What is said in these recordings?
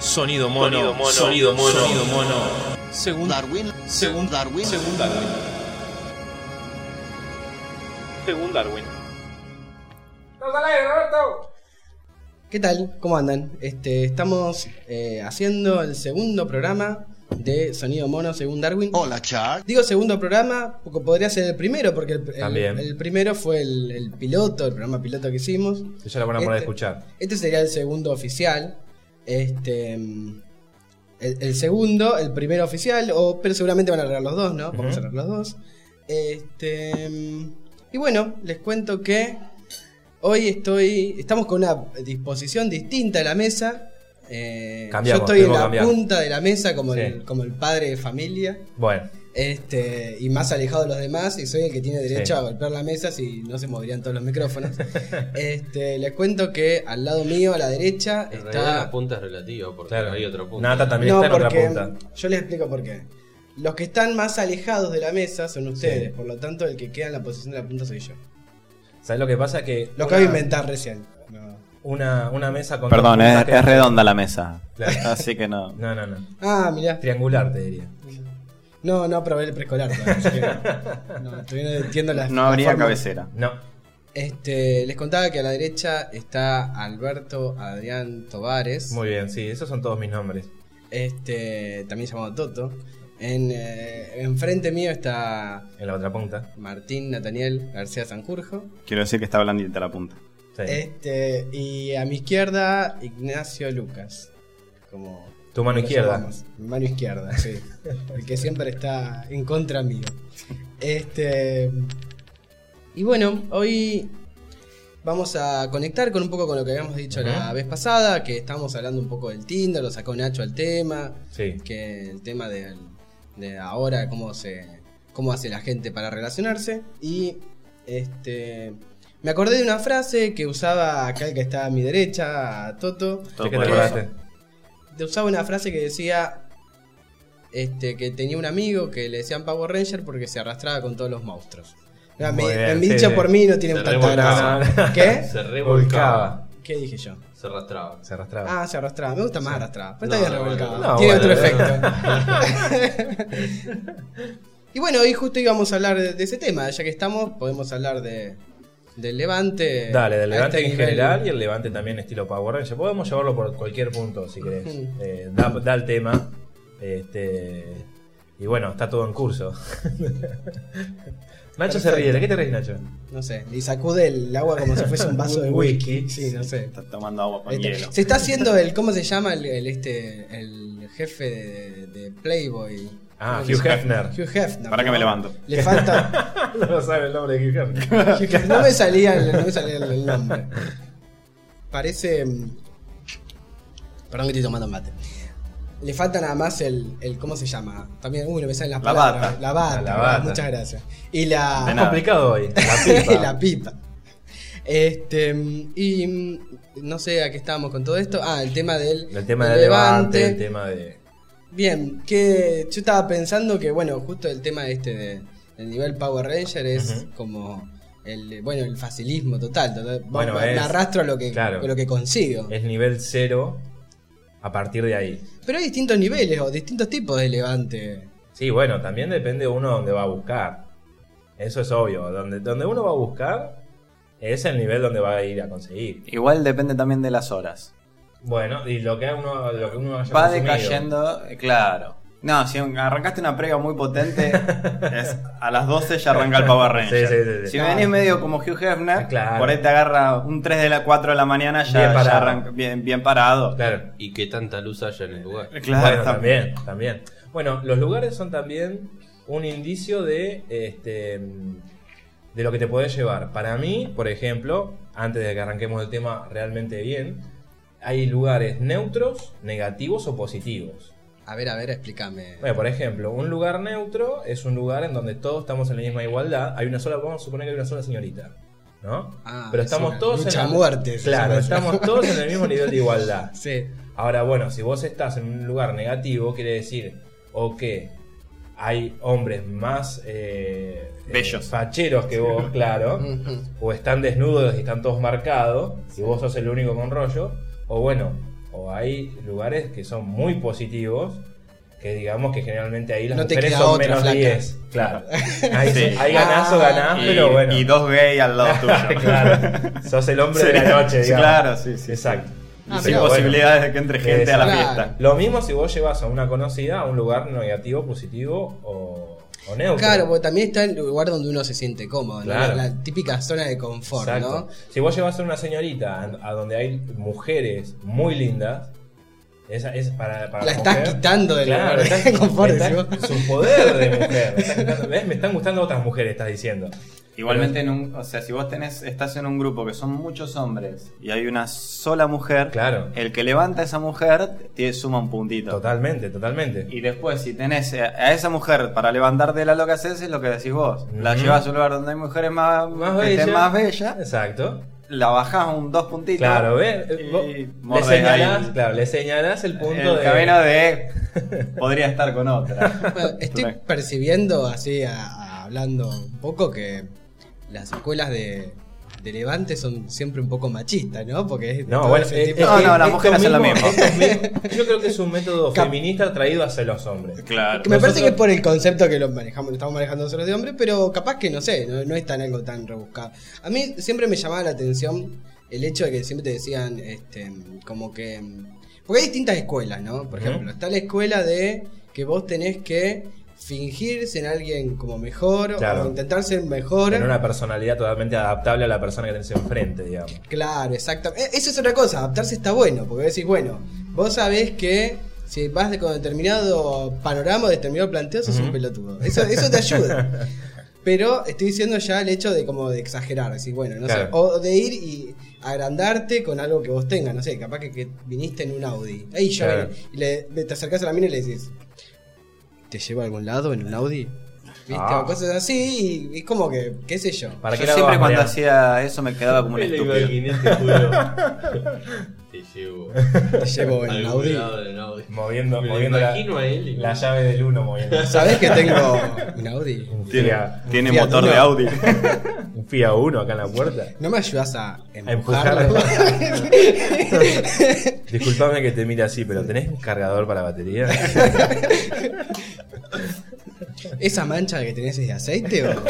Sonido mono, sonido mono, sonido mono, sonido mono. Según Darwin, según Darwin, según Darwin. Según Darwin. ¡Estás al aire, Roberto! ¿Qué tal? ¿Cómo andan? Este, estamos eh, haciendo el segundo programa de Sonido Mono según Darwin. Hola, Chuck. Digo segundo programa, porque podría ser el primero, porque el, el- También. el primero fue el, el piloto, el programa piloto que hicimos. Que ya la van a poner a Este- escuchar. Este sería el segundo oficial. Este. mm, El, el segundo, el primero oficial, o, pero seguramente van a arreglar los dos, ¿no? Vamos a Ujú. arreglar los dos. Este. mm, Y bueno, les cuento que hoy estoy. Estamos con una disposición distinta de la mesa. Eh, Cambiamos, yo estoy en tenemos la que cambiar. punta de la mesa como, Sí. el, como el padre de familia. Bueno, Este, y más alejado de los demás, y soy el que tiene derecho Sí. a golpear la mesa si no se moverían todos los micrófonos. este, les cuento que al lado mío, a la derecha, En realidad está. la punta es relativa porque claro. hay otro punto. Nata también No, está en porque. otra punta. Yo les explico por qué. Los que están más alejados de la mesa son ustedes, por lo tanto, el que queda en la posición de la punta soy yo. ¿Sabes lo que pasa? Que. Lo una- acabo de inventar recién. No. Una, una mesa con. Perdón, dos es, puntas que- es redonda la mesa. Claro. Así que no. No, no, no. Ah, mirá. Triangular, te diría. No, no probé el preescolar. todavía, así que No, todavía no entiendo la No la habría forma. cabecera. No. Este, les contaba que a la derecha está Alberto Adrián Tovares. Muy bien, sí, esos son todos mis nombres. este, también llamado Toto. En, eh, enfrente mío está En la otra punta. Martín Nathaniel García Sanjurjo. Quiero decir que está blandita la punta. Sí. Este, y a mi izquierda, Ignacio Lucas. Como tu mano como izquierda. llamamos. Mi mano izquierda, sí. El que siempre está en contra mío. Este. Y bueno, hoy vamos a conectar con un poco con lo que habíamos dicho la Ujú. vez pasada, que estábamos hablando un poco del Tinder, lo sacó Nacho al tema. Sí. que el tema del- de, ahora cómo se cómo hace la gente para relacionarse y este me acordé de una frase que usaba acá el que está a mi derecha a Toto Todo Sí que por te eso. acordaste. de- usaba una frase que decía este que tenía un amigo que le decían Power Ranger porque se arrastraba con todos los monstruos Mira, Muy me- bien, me sí, dicho sí. por mí no tiene Se tanta revolcaba. gracia ¿qué? Se revolcaba. Volcaba. ¿qué dije yo? Se arrastraba. Se arrastraba. ah se arrastraba me gusta más Sí. arrastraba pero No, está bien no, revolcado no, tiene bueno, otro no, efecto Y bueno, hoy justo íbamos a hablar de, de ese tema, ya que estamos, podemos hablar de, del Levante. Dale, del a levante este en nivel. general y el levante también estilo Power Ranger. Podemos llevarlo por cualquier punto si querés. Ujú. Eh, da, da el tema. Este, y bueno, está todo en curso. Nacho se ríe. ¿De qué te ríes, Nacho? No sé, y sacude el agua como si fuese un vaso de Un whisky. whisky. Sí, no sé. Está tomando agua con Este, hielo. se está haciendo el, ¿cómo se llama el, el este, el jefe de, de Playboy? Ah, ¿Cómo Hugh se llama? Hefner. Hugh Hefner. Para que ¿no? me levanto. Le falta. no sabe el nombre de Hugh Hefner. Hugh Hefner. No me salía, el, no me salía el, el nombre. Parece. mm, Perdón que estoy tomando mate. Le falta nada más el, el ¿cómo se llama? También, uy, no me salen las La palabras. bata. La bata. La bata. Muchas gracias. Y De la nada. complicado hoy. La pipa. pipa. la pipa. Este, mm, y mm, no sé a qué estábamos con todo esto. Ah, el tema del El tema del del levante, el tema de. Bien, que yo estaba pensando que, bueno, justo el tema este de, del nivel Power Ranger es Ujú. como el, bueno, el facilismo total. total. Bueno, me es- arrastro a lo que, claro. a lo que consigo. Es nivel cero a partir de ahí. Pero hay distintos niveles o distintos tipos de levante. Sí, bueno, también depende uno donde va a buscar. Eso es obvio. Donde, donde uno va a buscar es el nivel donde va a ir a conseguir. Igual depende también de las horas. Bueno, y lo que uno, lo que uno haya Va consumido. decayendo, eh, claro. No, si arrancaste una prega muy potente, es a las 12 ya arranca el Power Ranger. Sí, sí, sí, sí. Si venís medio como Hugh Hefner, Claro. por ahí te agarra un 3 de la 4 de la mañana, ya, Bien ya parado. arranca bien, bien parado. Eh, Claro. Y qué tanta luz haya en el lugar. Claro, Bueno, está- también, también. Bueno, los lugares son también un indicio de este de lo que te puede llevar. Para mí, por ejemplo, antes de que arranquemos el tema realmente bien, hay lugares neutros, negativos o positivos. A ver, a ver, explícame. Bueno, por ejemplo, un lugar neutro es un lugar en donde todos estamos en la misma igualdad. Hay una sola, vamos a suponer que hay una sola señorita, ¿no? Ah, Pero es estamos una todos lucha en a muerte, se Claro, llama eso. estamos todos en el mismo nivel de igualdad. Sí. Ahora, bueno, si vos estás en un lugar negativo, quiere decir o que hay hombres más eh, eh, Bellos. facheros que vos, claro, Ujú. o están desnudos y están todos marcados, y vos sos el único con rollo, o bueno, o hay lugares que son muy positivos, que digamos que generalmente ahí las No te mujeres queda son otra, menos flaca. Ah. 10. Claro. Ahí, Sí. ahí ganás o ganás, Y, pero bueno. y dos gay al lado tuyo. claro. Sos el hombre de la Sería- noche, sí, digamos. claro, sí, sí. Exacto. Ah, Sin pero bueno. posibilidades de que entre gente a la Claro. fiesta. Lo mismo si vos llevas a una conocida a un lugar negativo, positivo o, o neutro. Claro, porque también está el lugar donde uno se siente cómodo, ¿no? Claro. la, la típica zona de confort, Exacto. Si vos llevas a una señorita a, a donde hay mujeres muy lindas, esa es para, ¿no? para La la estás mujer- quitando del Claro, lugar estás- de confort. estás- decís vos. su poder de mujer. me estás quitando- ¿ves? Me están gustando otras mujeres, estás diciendo. Igualmente, en un- o sea, si vos tenés, estás en un grupo que son muchos hombres y hay una sola mujer, Claro. el que levanta a esa mujer te suma un puntito. Totalmente, totalmente. Y después, si tenés a- a esa mujer para levantarte de la loca haces es lo que decís vos. La Ujú. llevas a un lugar donde hay mujeres más, Más que estén bella. más bellas, Exacto. la bajás un dos puntitos. Claro, ¿ves? Eh, Y Vos le, mordés ahí señalás, claro, le señalás el punto el de. camino de podría estar con otra. Bueno, estoy percibiendo, así a- a- hablando un poco, que las escuelas de, de Levante son siempre un poco machistas, ¿no? Porque es No, todo bueno, ese eh, tipo- eh, No, eh, no, las esto mujeres hacen lo mismo. esto mismo- Yo creo que es un método Cap- feminista traído hacia los hombres. Claro. que me parece nosotros- que es por el concepto que lo manejamos, lo estamos manejando nosotros de hombre, pero capaz que no sé, no, no es tan algo tan rebuscado. A mí siempre me llamaba la atención el hecho de que siempre te decían, este, como que. Porque hay distintas escuelas, ¿no? Por Ujú. ejemplo, está la escuela de que vos tenés que fingir ser alguien como mejor Claro. o intentar ser mejor. Tener una personalidad totalmente adaptable a la persona que tenés enfrente, digamos. Claro, exactamente. Eso es otra cosa, adaptarse está bueno, porque decís, bueno, vos sabés que si vas de- con determinado panorama, determinado planteo, sos un Ujú. pelotudo. Eso, eso te ayuda. Pero estoy diciendo ya el hecho de como de exagerar, decir, bueno, no sé, Claro. o de ir y agrandarte con algo que vos tengas, no sé, capaz que, que viniste en un Audi. Ahí ya Claro. ven, y le, le- te acercás a la mina y le decís, ¿te llevo a algún lado en un Audi? ¿Viste? Ah. O cosas así, y es como que, qué sé yo. ¿Para Yo qué la siempre vas, cuando Mariano? hacía eso me quedaba como un estúpido. Te llevo. Te llevo en un Audi. Moviendo, Me lo moviendo la, imagino a él y- la llave del uno moviendo. ¿Sabés que tengo un Audi? Un Tiene, FIA, tiene Fiat motor de Uno. Audi. un FIA 1 acá en la puerta. ¿No me ayudas a A empujarlo. empujarlo? Disculpame que te mire así, pero ¿tenés un cargador para batería? ¿Esa mancha que tenés es de aceite o...?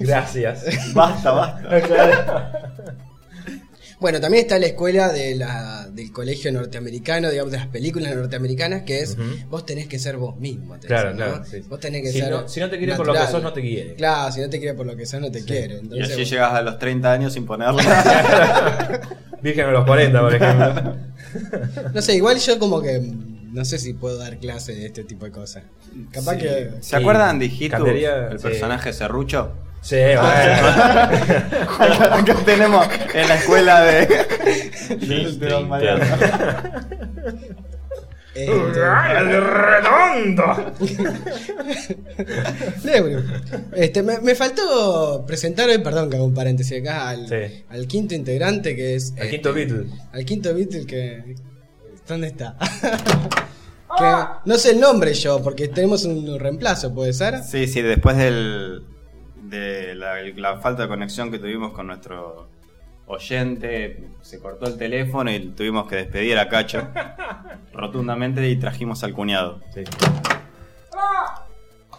Gracias. Basta, basta. Bueno, también está la escuela de la, del colegio norteamericano, digamos, de las películas norteamericanas, que es Ujú. vos tenés que ser vos mismo. te Claro, dicen, claro. ¿no? sí. Vos tenés que si ser. No, si no te quieres por lo que natural. sos, no te quiere. Claro, si no te quiere por lo que sos, no te quiere. Y Entonces, así llegas a los 30 años sin ponerla. Virgen a los 40, por ejemplo. no sé, igual yo como que. mm, No sé si puedo dar clase de este tipo de cosas. Capaz que. ¿Se acuerdan de Sí. Hitu, Cambiaría- el sí. personaje serrucho? Sí, bueno. Acá acá tenemos en la escuela de. de Don Mariano. este, ¡El redondo! Lebru. Este, me, me faltó presentar hoy, perdón que hago un paréntesis acá, al, Sí. al quinto integrante que es. eh, El quinto Beatle. Al quinto Beatle que. ¿Dónde está? Que no sé el nombre yo, porque tenemos un reemplazo, ¿puede ser? Sí, sí, después del, de la, la falta de conexión que tuvimos con nuestro oyente, se cortó el teléfono y tuvimos que despedir a Cacho rotundamente y trajimos al cuñado. Sí.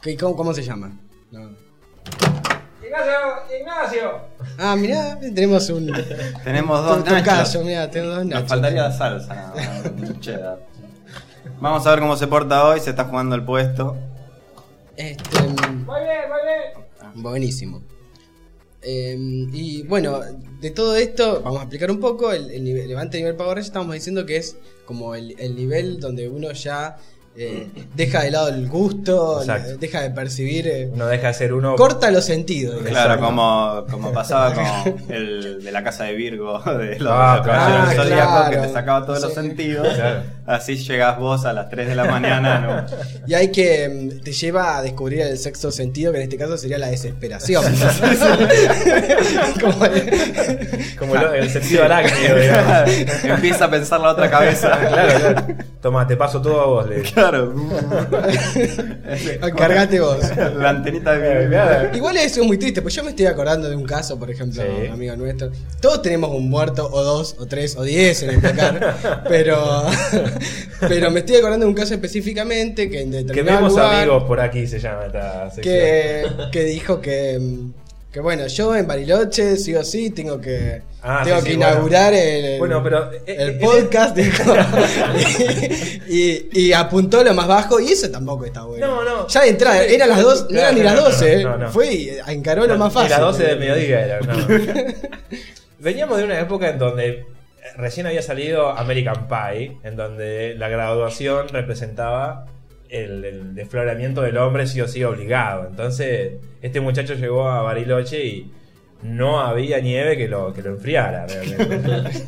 ¿Qué- ¿Cómo, cómo se llama? No. Ignacio, Ignacio. Ah, mirá, tenemos un. Tenemos un dos nachos. tocayo, mirá, tenemos dos Nos nachos. faltaría la salsa. nada más, un cheddar. Vamos a ver cómo se porta hoy, se está jugando el puesto. Este, Muy bien, muy bien. Buenísimo. Eh, y bueno, de todo esto, vamos a explicar un poco. El, el nivel, levante nivel Power Rangers, estamos diciendo que es como el, el nivel donde uno ya eh, deja de lado el gusto, Exacto. eh, deja de percibir, eh, Uno deja de ser uno. corta los sentidos. digamos. Claro, como, como pasaba con el de la casa de Virgo, de los Ah, caballeros del claro. Zodíaco, Claro. que te sacaba todos los Sí. sentidos. Claro. Así llegás vos a las 3 de la mañana. Y hay que mm, te lleva a descubrir el sexto sentido, que en este caso sería la desesperación. Como el- Como el, el sentido ¿no? arácnido, digamos. Ah, Empieza a pensar la otra cabeza. Claro, claro. Toma, te paso todo a vos, le digo. Claro. Cargate vos. La antenita de mi Claro. Igual eso es muy triste, pues yo me estoy acordando de un caso, por ejemplo, Sí. un amigo nuestro. Todos tenemos un muerto, o dos, o tres, o diez en el placar. pero, pero me estoy acordando de un caso específicamente que en Que determinado vemos lugar, amigos por aquí, se llama esta sección. que, que dijo que, mm, que, bueno, yo en Bariloche sí o sí tengo que, Ah, tengo sí, que sí, inaugurar el, Bueno, pero, eh, el eh, podcast, dijo. y, y apuntó lo más bajo, y eso tampoco está bueno. No, no. Ya de entrada, eran las dos, no eran ni las Claro, no, no, 12, eh. no, no. fue y encaró lo más Y fácil. las 12 del mediodía era. no. Veníamos de una época en donde eh, recién había salido American Pie, en donde la graduación representaba el, el desfloramiento del hombre sí o sí obligado. Entonces, este muchacho llegó a Bariloche y no había nieve que lo, que lo enfriara realmente.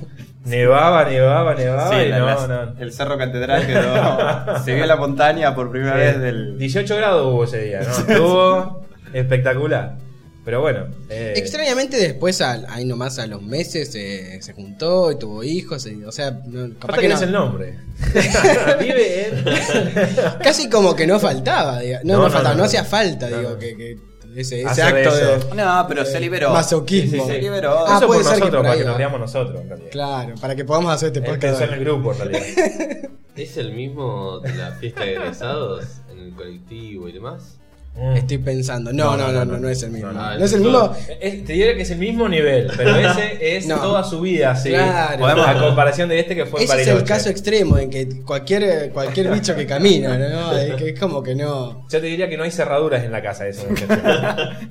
nevaba, nevaba, nevaba. Sí, y la- no, la- no. el cerro catedral quedó. se vio la montaña por primera vez del. 18 Eh, grados hubo ese día, ¿no? Estuvo espectacular. Pero bueno. eh, Extrañamente después, al, ahí nomás a los meses, eh, se juntó y tuvo hijos. y- o sea, no- capaz que Aparte que no- es el nombre. Vive en. casi como que no faltaba. diga- no, No, no, no, faltaba, no, no, no. hacía falta, No, digo, no. que, que ese, ese Hacer acto eso. de No, pero se liberó. Eh, masoquismo. Sí, sí, se liberó. Ah, Eso puede por ser que nosotros, por para ahí que va. nos veamos nosotros, en realidad. Claro, para que podamos hacer este Él pensó podcast. en el grupo, en realidad. ¿Es el mismo de la fiesta de egresados en el colectivo y demás? Mm. Estoy pensando. No, no, no, no, no, es el mismo. No, No, no, es el no. mismo. Es- te diré que es el mismo nivel, pero ese es No. toda su vida, sí. Claro. Podemos- a comparación de este que fue en Ese es Bariloche. el caso extremo en que cualquier, cualquier bicho que camina, ¿no? Es que es como que no. Yo te diría que no hay cerraduras en la casa de ese muchacho.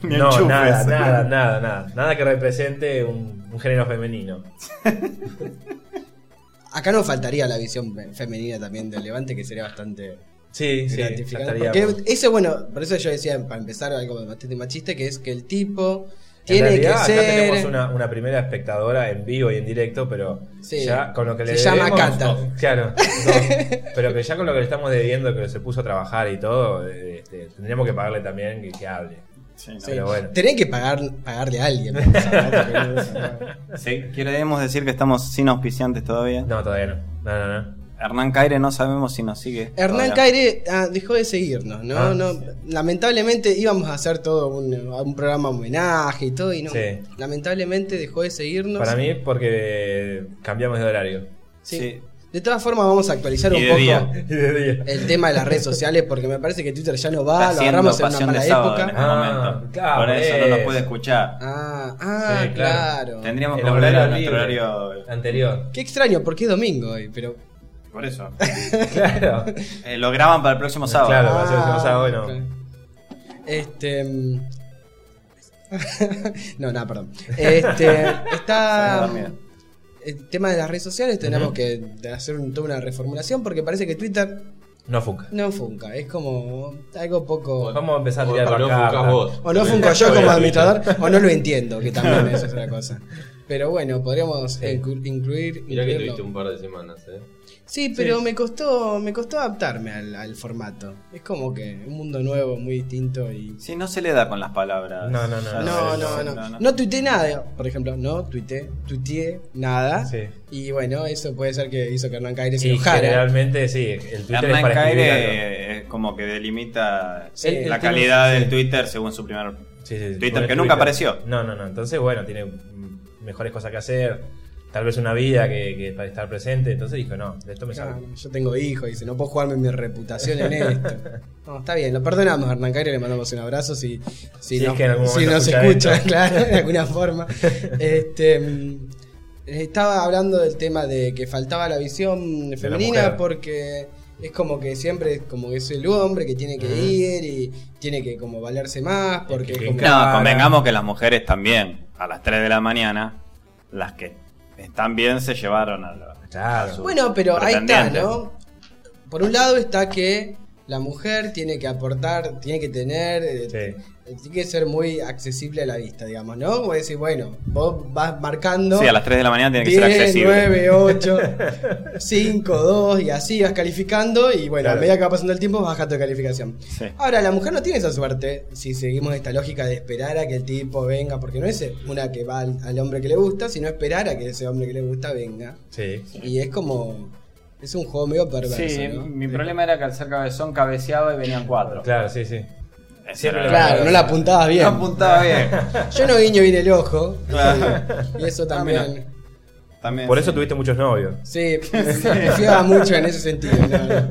Ni no, enchufes. nada, nada, nada, nada. Nada que represente un, un género femenino. Acá nos faltaría la visión fe- femenina también del Levante, que sería bastante Sí, sí. gratificante. ya estaríamos. Porque eso, bueno, por eso yo decía, para empezar, algo bastante machista, que es que el tipo En tiene realidad, que acá tenemos ser. una, una primera espectadora en vivo y en directo, pero Sí. ya con lo que le Se llama debemos- Cata. no, claro. no. pero que ya con lo que le estamos debiendo, que se puso a trabajar y todo, eh, este, tendríamos que pagarle también que, que hable. Sí, no. Sí. Pero bueno. Tenés que pagar, pagarle a alguien. ¿no? Porque- Sí, Queremos decir que estamos sin auspiciantes todavía. No, todavía no. No, no, no. Hernán Caire no sabemos si nos sigue. Hernán todavía. Caire ah, dejó de seguirnos, ¿no? Ah, No, Lamentablemente íbamos a hacer todo un, eh, un programa homenaje y todo, y no. Sí. Lamentablemente dejó de seguirnos. Para mí, porque cambiamos de horario. Sí. Sí. De todas formas, vamos a actualizar Y un de poco día. Y de Eh, día. el tema de las redes sociales, porque me parece que Twitter ya no Está va, Ah, lo agarramos en haciendo pasión una de mala sábado época. en este Ah, momento. claro, Por eso no nos es. puede escuchar. Ah, ah, Sí, claro. claro. Tendríamos El que volver a horario nuestro libre. horario. eh, Anterior. Qué extraño, porque es domingo hoy, pero. Por eso. Claro. Eh, lo graban para el próximo sábado. Claro. va a ser el sábado, bueno. Ah, ok. Este. mm, no, nada, perdón. Este. Se Está. me dormía. El tema de las redes sociales tenemos Ujú. que de- hacer un- toda una reformulación porque parece que Twitter No funca. no funca. Es como algo poco. Vamos a empezar a O- tirar o no cartas. buscas vos. O no funco yo como administrador, o no lo entiendo, que también eso es otra cosa. Pero bueno, podríamos Sí. inclu- incluir. Mirá que incluirlo. tuviste un par de semanas, ¿eh? Sí, pero Sí. me costó me costó adaptarme al, al formato. Es como que un mundo nuevo, muy distinto y... Sí, no se le da con las palabras. No, no, no, Ya Ah, No, sé, no, no. No, tuiteé nada, por ejemplo, no tuiteé, tuiteé nada. Sí. Y bueno, eso puede ser que hizo que Hernán Caire se Y enojara. generalmente, sí. El Twitter es Hernán para escribir algo. Caire es como que delimita Sí, el la tema- calidad sí. del Twitter según su primer. Sí, sí, sí. Twitter, Bueno, que nunca apareció. No, no, no. Entonces, bueno, tiene mm, mejores cosas que hacer. Tal vez una vida que, que para estar presente. Entonces dijo, no, de esto me Claro, salgo. Pues yo tengo hijos, dice, no puedo jugarme mi reputación en esto. No, está bien, lo perdonamos a Hernán Caire, le mandamos un abrazo si, si, Si es no- que en algún si momento nos escucha escucha, esto. claro, de alguna forma. Este, mm, estaba hablando del tema de que faltaba la visión femenina mujer. porque es como que siempre es como que es el hombre que tiene que Ujú. ir y tiene que como valerse más porque que- es que como... encara- Cara. No, convengamos que las mujeres también, a las 3 de la mañana, las que están bien se llevaron a la- Claro. Bueno, pero ahí está, pretendiente. ¿no? Por un lado está que la mujer tiene que aportar, tiene que tener, eh, Sí. tiene que ser muy accesible a la vista, digamos, ¿no? Vos decís, bueno, vos vas marcando Sí, a las 3 de la mañana tiene que ser 10, accesible. 9, 8, 5, 2 y así vas calificando y bueno, Claro. a medida que va pasando el tiempo baja tu calificación. Sí. Ahora, la mujer no tiene esa suerte si seguimos esta lógica de esperar a que el tipo venga, porque no es una que va al, al hombre que le gusta, sino esperar a que ese hombre que le gusta venga. Sí. Y es como. Es un juego medio perverso. Sí, ¿no? mi problema era que al ser cabezón cabeceaba y venían cuatro. Claro, sí, sí. Ese siempre era lo- el- Claro, no la apuntabas bien. No apuntaba bien. Yo no guiño bien el ojo. Claro. Y eso Ah, también. mira. También, Por eso sí. tuviste muchos novios. Sí, me fiaba mucho en ese sentido. claro.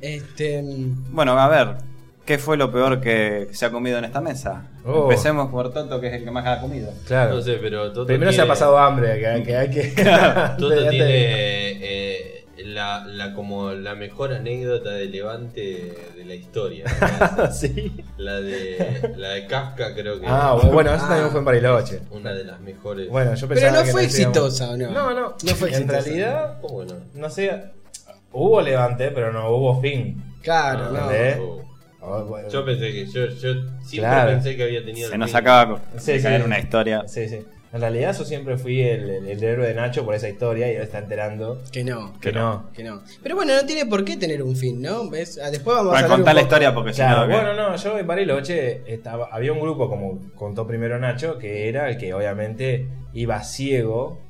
Este. mm, Bueno, a ver, ¿qué fue lo peor que se ha comido en esta mesa? Oh. Empecemos por Toto, que es el que más ha comido. Claro. No sé, pero Toto Primero se ha tiene- pasado hambre, que, que hay que. Toto antes- tiene eh, la, la- como la mejor anécdota de Levante de la historia. ¿no? sí. la de la de Kafka creo que Ah, es bueno, eso también fue en Bariloche. una de las mejores. Bueno, yo Pero pensaba no que fue hacíamos- exitosa, ¿o no? No, no. No fue En exitosa. realidad, ¿Cómo no? no sé. Hubo levante, pero no hubo fin. Claro, no. ¿eh? Oh. Ah, bueno. Yo pensé que yo, yo siempre Claro. pensé que había tenido Se el nos fin. acaba de Sí, caer sí. una historia. Sí, sí. En realidad yo siempre fui el, el- el héroe de Nacho por esa historia y él está enterando Que no. que no. Que no. Pero bueno, no tiene por qué tener un fin, ¿no? ¿Ves? Ah, Después vamos Bueno, a hablar contá un la poco- historia porque si Claro, no. que- bueno, no, yo en Bariloche estaba, había un grupo, como contó primero Nacho, que era el que obviamente iba ciego,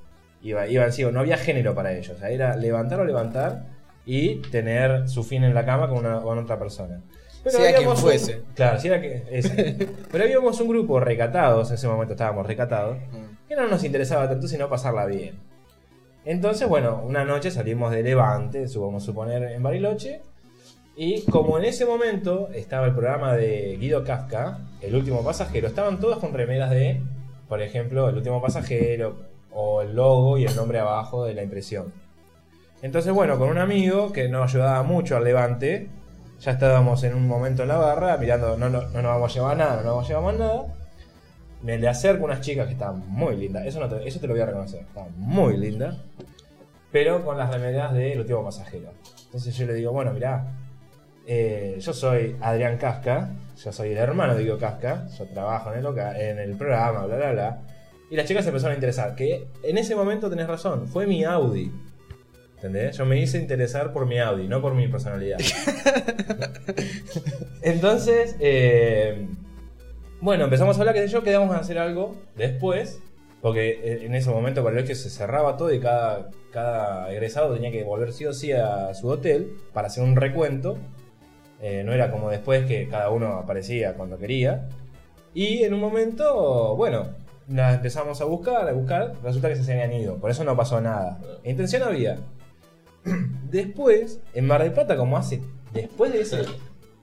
iba, iban ciego, no había género para ellos, o sea, era levantar o levantar y tener su fin en la cama con, una, con otra persona. Sea quien habíamos un- fuese. claro, si era que... ese. Pero habíamos un grupo recatados, en ese momento estábamos recatados, Mm. que no nos interesaba tanto sino pasarla bien. Entonces, bueno, una noche salimos de Levante, su- vamos a suponer, en Bariloche. Y como en ese momento estaba el programa de Guido Kafka, El último pasajero, estaban todos con remeras de, por ejemplo, El último pasajero, o el logo y el nombre abajo de la impresión. Entonces, bueno, con un amigo que nos ayudaba mucho al levante, ya estábamos en un momento en la barra, mirando, no, no, no nos vamos a llevar nada, no nos vamos a llevar nada. Me le acerco a unas chicas que estaban muy lindas, eso, no te, eso te lo voy a reconocer, estaban muy lindas, pero con las remeras del último pasajero. Entonces yo le digo, bueno, mirá, eh, yo soy Adrián Casca, yo soy el hermano de Guido Casca, yo trabajo en el, loca- en el programa, bla, bla, bla. Y las chicas se empezaron a interesar, que en ese momento tenés razón, fue mi Audi. ¿Entendés? Yo me hice interesar por mi Audi, no por mi personalidad. Entonces, eh, bueno, empezamos a hablar, qué sé yo, quedamos a hacer algo después, porque eh, en- en ese momento para el 8 se cerraba todo y cada, cada egresado tenía que volver sí o sí a su hotel para hacer un recuento. Eh, no era como después que cada uno aparecía cuando quería. Y en un momento, bueno, las empezamos a buscar, a buscar, resulta que se habían ido, por eso no pasó nada. Intención había. Después, en Mar del Plata, como hace, después de eso,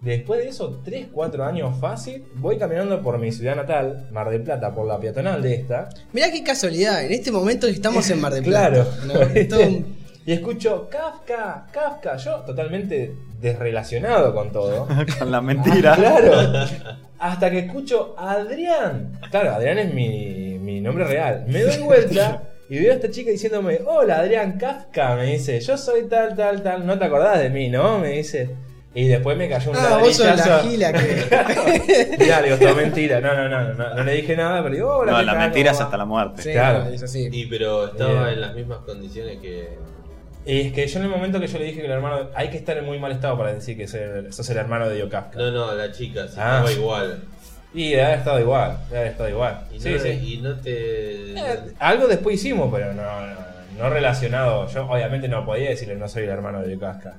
después de eso, 3, 4 años fácil, voy caminando por mi ciudad natal, Mar del Plata, por la peatonal de esta. Mirá qué casualidad, en este momento estamos en Mar del Claro. Este, Plata. ¿no? Es todo un- Y escucho Kafka, Kafka, yo totalmente desrelacionado con todo. Con la mentira. Claro. Hasta que escucho Adrián. Claro, Adrián es mi, mi nombre real. Me doy vuelta y veo a esta chica diciéndome, hola Adrián Kafka, me dice, yo soy tal, tal, tal, no te acordás de mí, ¿no? Me dice. Y después me cayó un Ah, vos sos la ladrillazo. gila que. Mirá, le digo, todo mentira. No, no, no, no, no, no le dije nada, pero digo, "Oh, hola. No, ¿qué la tal? mentira ¿Cómo es va?". hasta la muerte. Sí, Claro. es así. Y pero estaba Eh. en las mismas condiciones que Y es que yo en el momento que yo le dije que el hermano, hay que estar en muy mal estado para decir que sos el, sos el hermano de Dio Kafka. no, no, la chica sí, Ah. estaba igual. Y debe haber estado igual, debe haber estado igual. Y no, Sí, sí. y no te Eh, algo después hicimos, pero no, no, no relacionado. Yo obviamente no podía decirle no soy el hermano de Casca.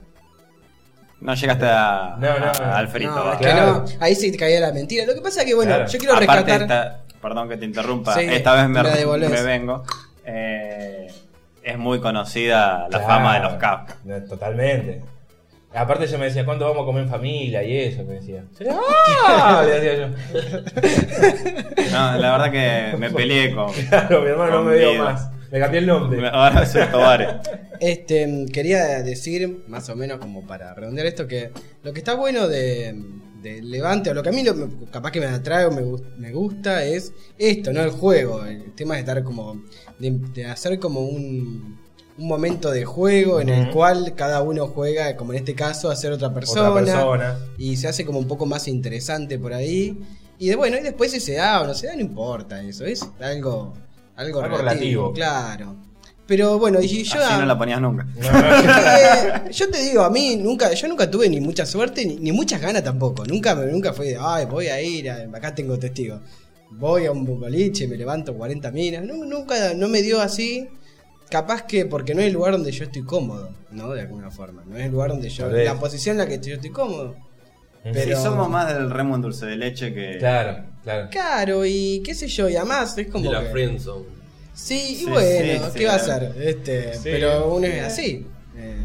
No llegaste a, No, no, a- no. al frito. No, va. es que Claro. no, ahí sí te caía la mentira. Lo que pasa es que, bueno, Claro. yo quiero Aparte, rescatar. esta- perdón que te interrumpa. Sí, esta vez me, la devolvés. me vengo. Eh, es muy conocida la fama de los Kafka. Totalmente. Aparte yo me decía, ¿cuánto vamos a comer en familia? Y eso me decía. Yo le- ¡Ah! le decía yo. No, la verdad que me peleé con. Claro, mi hermano no con me veo Guido. más. Me cambié el nombre. Ahora soy Tobares. Este, mm, quería decir, más o menos como para redondear esto, que lo que está bueno de, de Levante, o lo que a mí lo- me- capaz que me atrae o me, gus- me gusta, es esto, no el juego. El tema de estar como. de, de hacer como un, un momento de juego en el Ujú. cual cada uno juega, como en este caso, a ser otra persona. Otra persona. Y se hace como un poco más interesante por ahí. Y de, bueno, y después si se da o no se da, no importa eso, es algo. Algo, Algo relativo. Claro. Pero bueno, y yo. Así no la ponías nunca. No, no, no. Eh, yo te digo, a mí nunca, yo nunca tuve ni mucha suerte ni, ni muchas ganas tampoco. Nunca, nunca fue de, ay, voy a ir, a- acá tengo testigos. Voy a un boliche, me levanto 40 minas. Nu- nunca, no me dio así. capaz que porque no es el lugar donde yo estoy cómodo, ¿no? De alguna forma. No es el lugar donde yo. Tal vez. La posición en la que yo estoy cómodo. Si Pero- somos más del remo en dulce de leche que. Claro, claro. Claro, y qué sé yo, y además es De como. la que- friendzone. Sí, y Sí, bueno, sí, ¿qué sí, va a claro. ser? Este, Sí. pero uno es así. Eh,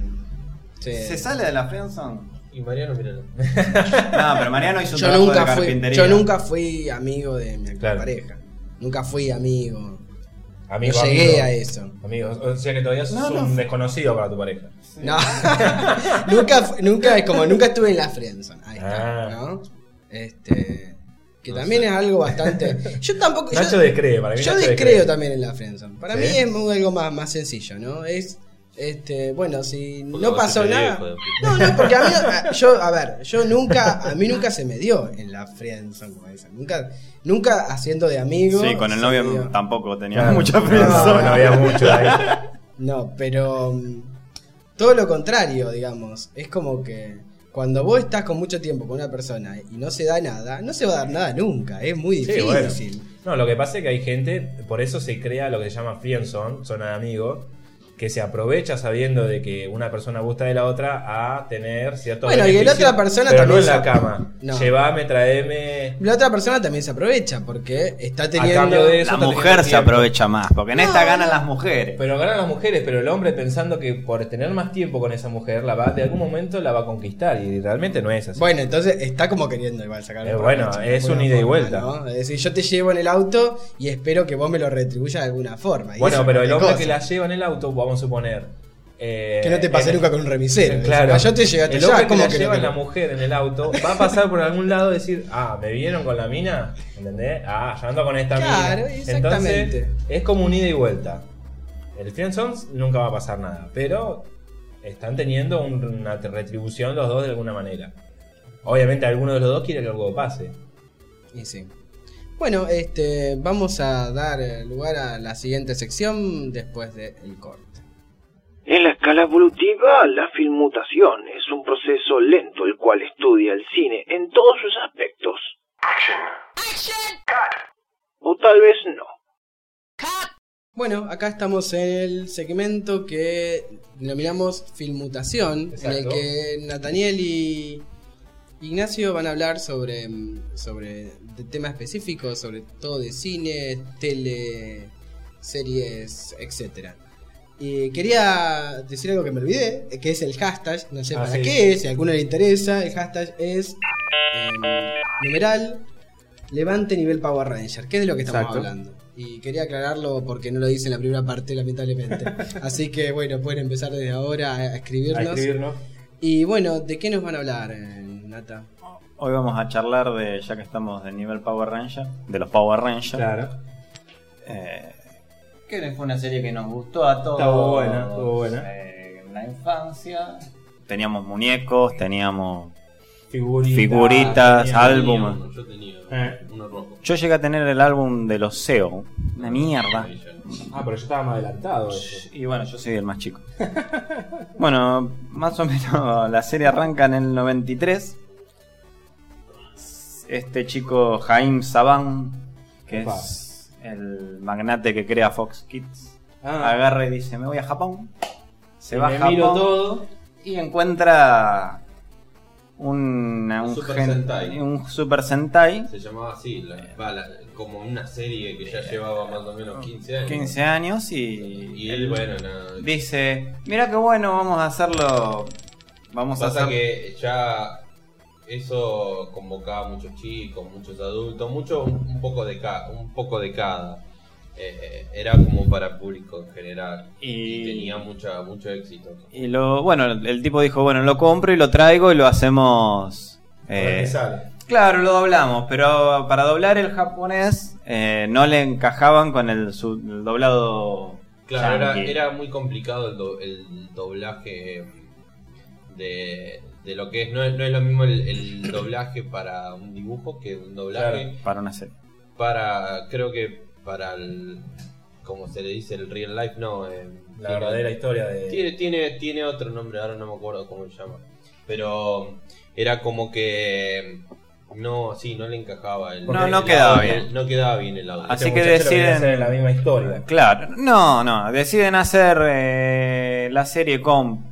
se- ¿Se sale de la friendzone? Y Mariano, míralo. No, pero Mariano hizo un yo trabajo nunca de fui, carpintería. yo nunca fui amigo de mi actual Claro. pareja. Nunca fui amigo. Amigo, no llegué amigo. a eso. Amigo, o sea que todavía sos No, no. un desconocido para tu pareja. No. nunca, fu- nunca, es como nunca estuve en la friendzone. Ahí está, Ah. ¿no? Este. Que No también sé. es algo bastante. Yo tampoco. yo- Nacho descree, para mí. Yo Nacho descreo también en la friendzone. Para ¿Sí? mí es muy- algo más, más sencillo, ¿no? Es, este, bueno, si Porque no vos pasó sos nada. hijo de puta. No, no, porque a mí, a- yo, a ver, yo nunca, a mí nunca se me dio en la friendzone, como dicen. Nunca, nunca haciendo de amigo. Sí, con el se me novio dio. tampoco tenía Claro. mucha No, friendzone. no había mucho ahí. No, pero mm, todo lo contrario, digamos. Es como que cuando vos estás con mucho tiempo con una persona y no se da nada, no se va a dar nada nunca. Es muy Sí, bueno. difícil. No, lo que pasa es que hay gente, por eso se crea lo que se llama friendzone, zona de amigos, que se aprovecha sabiendo de que una persona gusta de la otra a tener ciertos Bueno, y la beneficios, otra persona pero también no en la se- cama. No. Llevame, traeme. La otra persona también se aprovecha porque está teniendo. cambio de eso La está mujer teniendo se tiempo. aprovecha más, porque en esta ganan las mujeres. Pero ganan las mujeres, pero el hombre pensando que por tener más tiempo con esa mujer, la va, de algún momento la va a conquistar y realmente no es así. Bueno, entonces está como queriendo igual sacar Eh, un bueno, provecho, es de alguna un ida y forma, vuelta. ¿no? Es decir, yo te llevo en el auto y espero que vos me lo retribuyas de alguna forma. Y Bueno, eso pero es el otra hombre cosa. que la lleva en el auto, vamos a suponer. eh, Que no te pase en- nunca con un remisero. Ah, Claro. Yo te llegaste el hombre Eh, ya, que como la que. lleva no- la mujer en el auto va a pasar por algún lado y decir, ah, me vieron con la mina, ¿entendés? Ah, yo ando con esta Claro, mina. exactamente. Entonces, es como un ida y vuelta. El friendzone nunca va a pasar nada, pero están teniendo un- una retribución los dos de alguna manera. Obviamente alguno de los dos quiere que algo pase. Y sí. Bueno, este, vamos a dar eh, lugar a la siguiente sección después del corte. En la escala evolutiva, la filmutación es un proceso lento el cual estudia el cine en todos sus aspectos. O tal vez no. Bueno, acá estamos en el segmento que denominamos filmutación, en el Exacto. que Nathaniel y Ignacio van a hablar sobre, mm, sobre de temas específicos, sobre todo de cine, tele, series, etc. Y quería decir algo que me olvidé, que es el hashtag, no sé Ah, para sí. qué, si a alguno le interesa, el hashtag es eh, numeral levante nivel Power Ranger, que es de lo que estamos Exacto. hablando. Y quería aclararlo porque no lo hice en la primera parte, lamentablemente. Así que bueno, pueden empezar desde ahora a A escribirnos. escribirnos. Y bueno, ¿de qué nos van a hablar, eh, Nata? Hoy vamos a charlar de, ya que estamos de nivel Power Ranger, de los Power Rangers. Claro. Eh, que fue una serie que nos gustó a todos. Estuvo buena, estuvo buena. eh, en la infancia. Teníamos muñecos, teníamos. Figuritas. Figuritas, tenía- al- Tenía Álbum. uno, Yo tenía uno, Eh. uno rojo. Yo llegué a tener el álbum de los SEO. Una mierda. Ahí ya. Ah, pero yo estaba más adelantado. eso. Y bueno, yo soy el más chico. bueno, más o menos la serie arranca en el 93. Este chico Jaime Saban, que Opa. es el magnate que crea Fox Kids, Ah. agarra y dice, me voy a Japón. Se va a me Japón miro todo. y encuentra un, un, Super gen- Sentai. un Super Sentai, Se llamaba así, la- va, la- como una serie que ya llevaba más o menos 15 años. 15 años, Y él, bueno, no, Dice, mira qué bueno, vamos a hacerlo. Vamos a Pasa hacer. que ya eso convocaba a muchos chicos, muchos adultos, mucho un poco de cada, un poco de cada. Eh, eh, era como para público en general y, Y- tenía mucha, mucho éxito. Y lo, bueno, el tipo dijo, bueno, lo compro y lo traigo y lo hacemos. A ver eh, qué sale. claro, lo doblamos, pero para doblar el japonés eh, no le encajaban con el, su- el doblado. Claro, era, yankee. era muy complicado el, do- el doblaje eh, de, de lo que es. No es, no es lo mismo el, el doblaje para un dibujo que un doblaje Claro. Para una serie. para, creo que para el, como se le dice, el real life, no. eh, La tiene- verdadera historia de. este Tiene, tiene, tiene otro nombre, ahora no me acuerdo cómo se llama. Pero era como que No, sí, no le encajaba el. No, el no quedaba audio, bien. No quedaba bien el audio. Así Este que muchacho lo quería deciden- hacer en la misma historia. Claro, no, no, deciden hacer eh, la serie con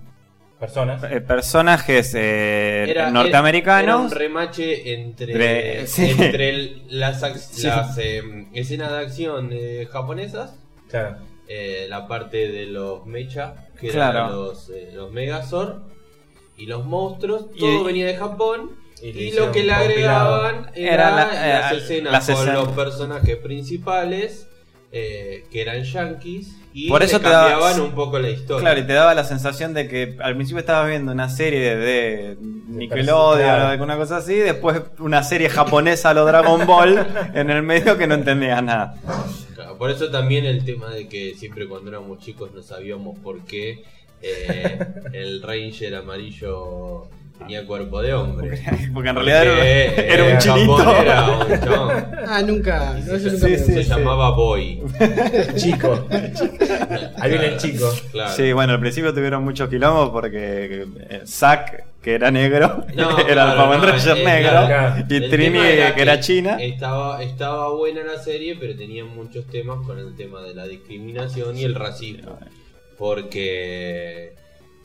Personas. eh, personajes eh, Era- era un norteamericanos. remache entre, Entre- sí. entre el- las, ac- Sí. las, eh, escenas de acción eh, japonesas, Claro. eh, la parte de los mecha, que eran Claro. los, eh, los Megazord, y los monstruos, Y- todo venía de Japón. Y Y, le lo hicieron que le un compilado. agregaban Era era la- las eh, escenas las con escenas. los personajes principales, eh, que eran yankees, y Por le eso te daba- cambiaban un poco la historia. Claro, y te daba la sensación de que al principio estabas viendo una serie de Nickelodeon claro. o alguna cosa así, después una serie japonesa a lo Dragon Ball en el medio que no entendías nada. Claro, por eso también el tema de que siempre cuando éramos chicos no sabíamos por qué eh, el Ranger amarillo tenía cuerpo de hombre. Porque en realidad era, Porque, era eh, un en chinito. Japón era un chabón. Ah, nunca. No, yo nunca Sí, me sí, Se llamaba Boy. Chico. Ahí viene Claro, el chico. Claro. Sí, bueno, al principio tuvieron muchos quilombos porque eh, Zack, que era negro, No, era el claro, Power no, Ranger eh, negro, claro, claro. y El Trini, tema que era china. Estaba, estaba buena la serie, pero tenía muchos temas con el tema de la discriminación y el racismo. Porque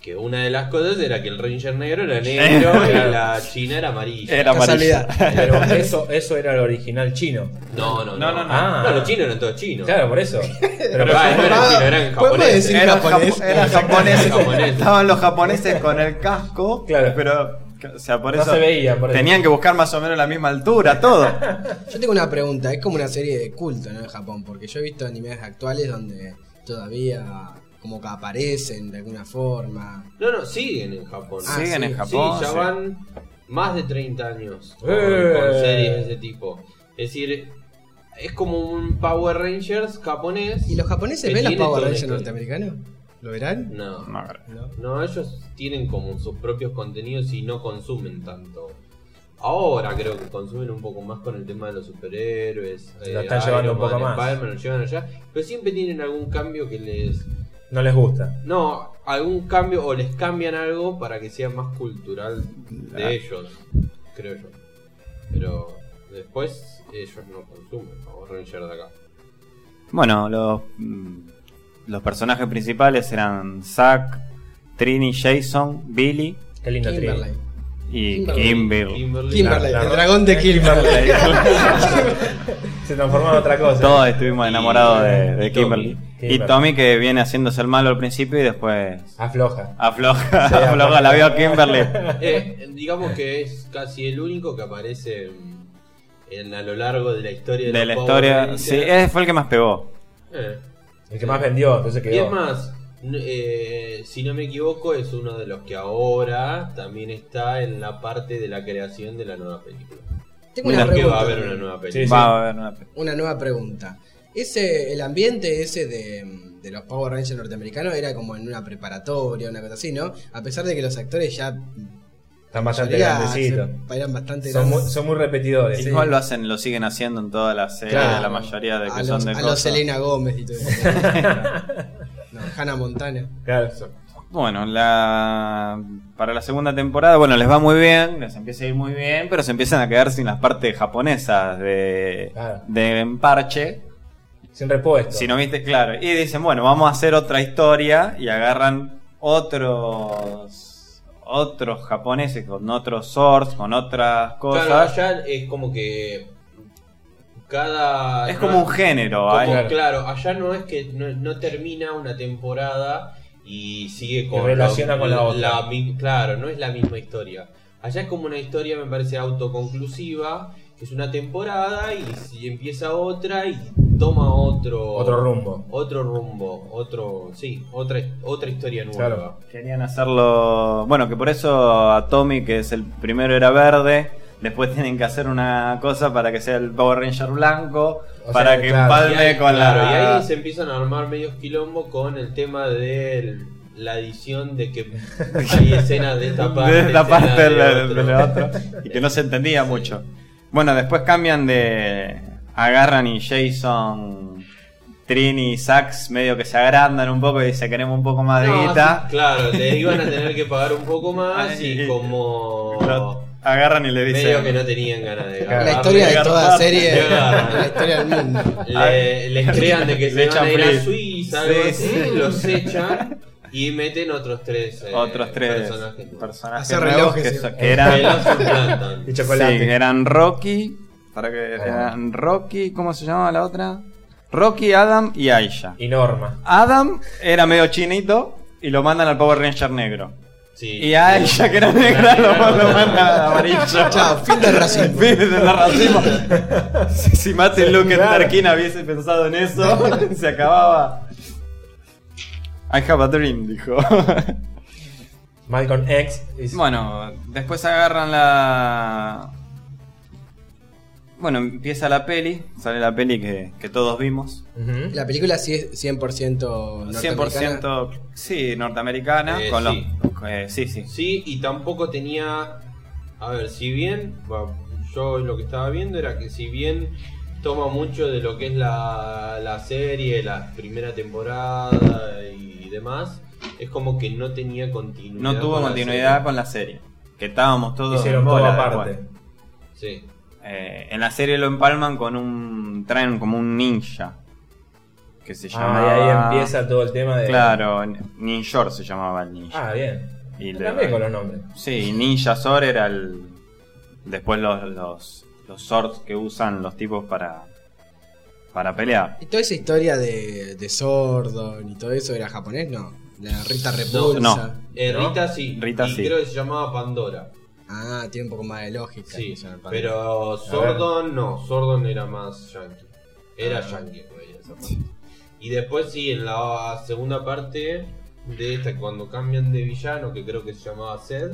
que una de las cosas era que el Ranger negro era negro y la china era amarilla. Era amarilla. Casualidad. Pero eso, eso era el original chino. No, no, no. No, no, no. Ah. los chinos eran todos chinos. Claro, por eso. Pero Pero va, no eran Ah, chinos, eran ¿podemos japoneses. decir- Eran japonés. japo- eran japoneses. Eran japoneses. Estaban los japoneses con el casco, Claro. pero o sea, por No eso se veía, por eso. tenían que buscar más o menos la misma altura, todo. Yo tengo una pregunta, es como una serie de culto, ¿no? En Japón, porque yo he visto animes actuales donde todavía como que aparecen de alguna forma. No, no, siguen en Japón. Ah, Siguen sí, en sí, Japón. sí, ya sí. van más de 30 años con, Eh. con series de ese tipo. Es decir, es como un Power Rangers japonés. ¿Y los japoneses que ven los tiene Power toda la Rangers historia. norteamericanos? ¿Lo verán? No, No, no, ellos tienen como sus propios contenidos y no consumen tanto. Ahora creo que consumen un poco más con el tema de los superhéroes. eh, Lo están llevando un poco más. Spider-Man lo llevan allá. Pero siempre tienen algún cambio que les. No les gusta. No, algún cambio o les cambian algo para que sea más cultural de Ah. ellos, creo yo. Pero después ellos no consumen Power Rangers de acá. Bueno, los, mm, los personajes principales eran Zack, Trini, Jason, Billy Qué lindo Kimberly. y Kimberly. Kimberly. Kimberly. Kimberly, La- la- el dragón de Kimberly. trío. Se transformó en otra cosa. Todos estuvimos enamorados de, de Y Kimberly. Tommy. Y Tommy que viene haciéndose el malo al principio y después Afloja. afloja, Sí, afloja, la vio a Kimberly. Eh, digamos que es casi el único que aparece en- en- a lo largo de la historia de, de los la Power historia. Rangers. Sí, ese fue el que más pegó. Eh. El que más vendió, entonces Y quedó. es más, n- eh, si no me equivoco, es uno de los que ahora también está en la parte de la creación de la nueva película. Tengo una Porque va a haber pregunta. una nueva película. Sí, sí. Va a haber una- Una nueva pregunta. Ese, el ambiente ese de, de los Power Rangers norteamericanos era como en una preparatoria, una cosa así, ¿no? A pesar de que los actores ya Están bastante ya grandecitos. se- eran bastante Son muy, grandes. son muy repetidores. Igual lo hacen, lo siguen haciendo en todas las series, Claro. la mayoría de que a son los, de a los cosas. Selena Gómez y todo eso. no, Hannah Montana. Claro, son- Bueno, la para la segunda temporada, bueno, les va muy bien, les empieza a ir muy bien, pero se empiezan a quedar sin las partes japonesas de, Claro. de emparche. sin repuesto. Si no viste, claro. Y dicen, bueno, vamos a hacer otra historia y agarran otros otros japoneses con otros swords, con otras cosas. Claro, allá es como que cada... es como un no- género, como- hay- claro. allá no es que no, no termina una temporada y sigue con... relaciona lo- con la otra. mi- claro, no es la misma historia. Allá es como una historia, me parece, autoconclusiva, que es una temporada y, si empieza otra y toma otro... Otro rumbo. Otro rumbo, otro... Sí, otra, otra historia nueva. Claro. Querían hacerlo. Bueno, que por eso a Tommy, que es el primero, era verde. Después tienen que hacer una cosa para que sea el Power Ranger blanco. O para sea, que claro. Y empalme ahí, con claro, la. y ahí se empiezan a armar medios quilombo con el tema de la edición de que hay escenas de esta parte. de esta escenas parte de, la- otro. de la otra. Y que no se entendía mucho. Bueno, después cambian de. Agarran y Jason. Trini y Sax medio que se agrandan un poco y dicen queremos un poco más de No, guita. sí, claro, le iban a tener que pagar un poco más y Ay, como claro. agarran y le Medio que dicen. no tenían ganas de La agarrarle. historia de toda Garpar. serie. Yo, ah. La historia del mundo. Le- les crean de que Le se van a echan ir free. a Suiza, algo Sí, así, sí. los echan y meten otros tres eh, Otros tres personajes. nuevos. personajes Hacer nuevos relojes, que, sí. so- que eran, Los implantan. Y sí, que chocolate. eran Rocky. Para que Ah. eran Rocky, ¿cómo se llamaba la otra? Rocky, Adam y Aisha. Y Norma. Adam era medio chinito y lo mandan al Power Ranger negro. Sí. Y a Aisha, que era negra, lo, lo mandan al amarillo. Chao, fin del racismo. Fin del racismo. Si, si Martin Luther Claro. King hubiese pensado en eso, se acababa. I have a dream, dijo. Malcolm X. es- Bueno, después agarran la. Bueno, empieza la peli, sale la peli que, que todos vimos. Ujú. La película sí es 100% norteamericana. 100% sí, norteamericana. Eh, con sí. los. eh, sí, sí. Sí, y tampoco tenía. A ver, si bien. bueno, yo lo que estaba viendo era que, si bien toma mucho de lo que es la, la serie, la primera temporada y demás, es como que no tenía continuidad. No tuvo con la continuidad con la serie. Que estábamos todos. Hicieron todo bola de aparte. igual. serie. Sí. Eh, en la serie lo empalman con un. traen como un ninja. Que se llama. Ah, y ahí empieza todo el tema de. Claro, Ninjor se llamaba el ninja. Ah, bien. y le- También con los nombres. Sí, y Ninja Zor era el. Después los, los, los swords que usan los tipos para. para pelear. Y toda esa historia de, de Sordon y todo eso era japonés, no. La Rita Repulsa. no. Eh, ¿No? Rita sí. Rita y sí. Creo que se llamaba Pandora. Ah, tiene un poco más de lógica. Sí. se llama el padre. Pero Sordon no. Sordon era más yankee. Era Ah. yankee, güey, esa parte. Y después sí, en la segunda parte de esta, cuando cambian de villano, que creo que se llamaba Zed.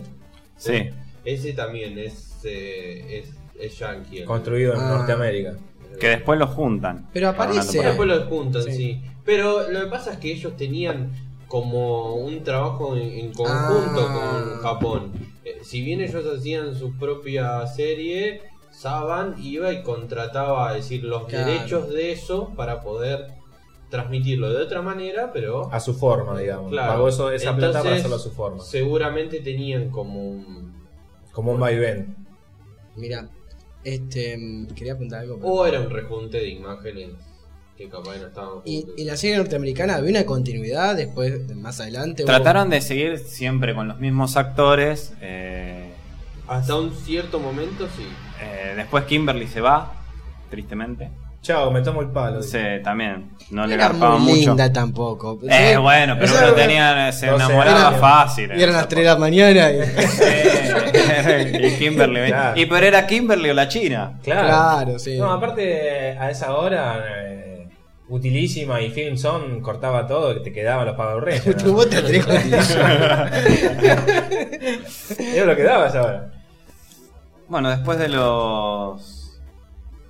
Sí. Ese también es, eh, es, es yankee. el- Construido en Ah. Norteamérica. el- Que después los juntan. Pero para una aparece- temporada. Después lo juntan, Sí. sí. Pero lo que pasa es que ellos tenían como un trabajo en, en conjunto Ah. con Japón. Eh, si bien ellos hacían su propia serie, Saban iba y contrataba, es decir, los Claro. derechos de eso para poder transmitirlo de otra manera, pero A su forma, digamos. Claro. Pagó eso- esa plata para Entonces- hacerlo a su forma. seguramente tenían como un... Como un vaivén. Mira, este, mm, quería apuntar algo. pero- O era un rejunte de imágenes que capaz no estaban Y, juntos. y la serie norteamericana, ¿había una continuidad después, de- más adelante? hubo- Trataron de seguir siempre con los mismos actores. eh, Hasta un cierto momento sí. eh, después Kimberly se va, tristemente. Chao, me tomo el palo. dice. Sí, también. No No le era garpaba muy mucho. linda tampoco. Eh, Pues Sí, bueno, pero Esa uno era- tenía, se no sé, enamoraba era- fácil. Y eran las 3 de la mañana y... Sí, y Kimberly. ¿ves? Claro. Y pero era Kimberly o la China. Claro. Claro, sí. No, aparte, eh, a esa hora, eh, Utilísima y Film Son cortaba todo, que te quedaban los Power Rangers. Tu ¿no? voz te atrevés con el- Era lo que daba a esa hora. Bueno, después de los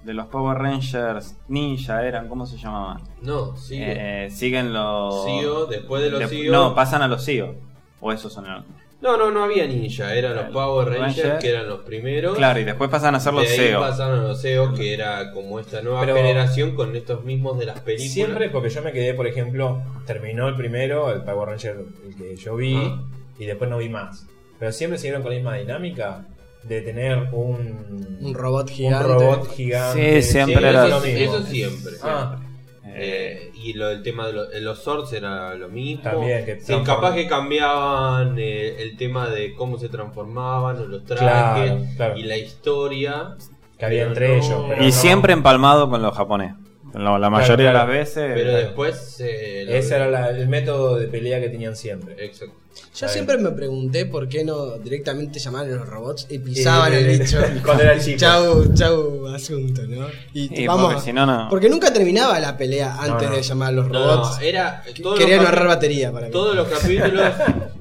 de los Power Rangers Ninja eran, ¿cómo se llamaban? No, sí. Eh, siguen los CEO, después de los E Dep- CEO. No, pasan a los CEO. O esos son los- No, no, no había ninja, eran los El Power Rangers, Ranger. que eran los primeros. Claro, y después pasan a ser de los E ahí CEO. pasaron a los CEO, que era como esta nueva Pero- generación con estos mismos de las películas. Siempre, porque yo me quedé, por ejemplo, terminó el primero, el Power Ranger, el que yo vi, Ah. y después no vi más. Pero siempre siguieron con la misma dinámica de tener un, Un robot un gigante. robot gigante. Sí, siempre Sí, era- eso, lo mismo. eso siempre. Ah, Eh, Eh, y lo del tema de los, eh, los Zords era lo mismo. También, que Sí, transform- capaz que cambiaban eh, el tema de cómo se transformaban o los trajes claro, claro. y la historia. que pero había entre no- ellos. pero y no. siempre empalmado con los japoneses. La, la mayoría de las claro. veces. Pero después. eh, la- Ese era la- el método de pelea que tenían siempre. Exacto. Yo siempre me pregunté por qué no directamente llamaban a los robots y pisaban el bicho. Cuando era chico. Chau, chau, asunto, ¿no? Y Y vamos. porque si no, no. Porque nunca terminaba la pelea antes No, no. de llamar a los No, eh, robots. no, era. todos Querían los ahorrar capi- batería para mí. Todos los capítulos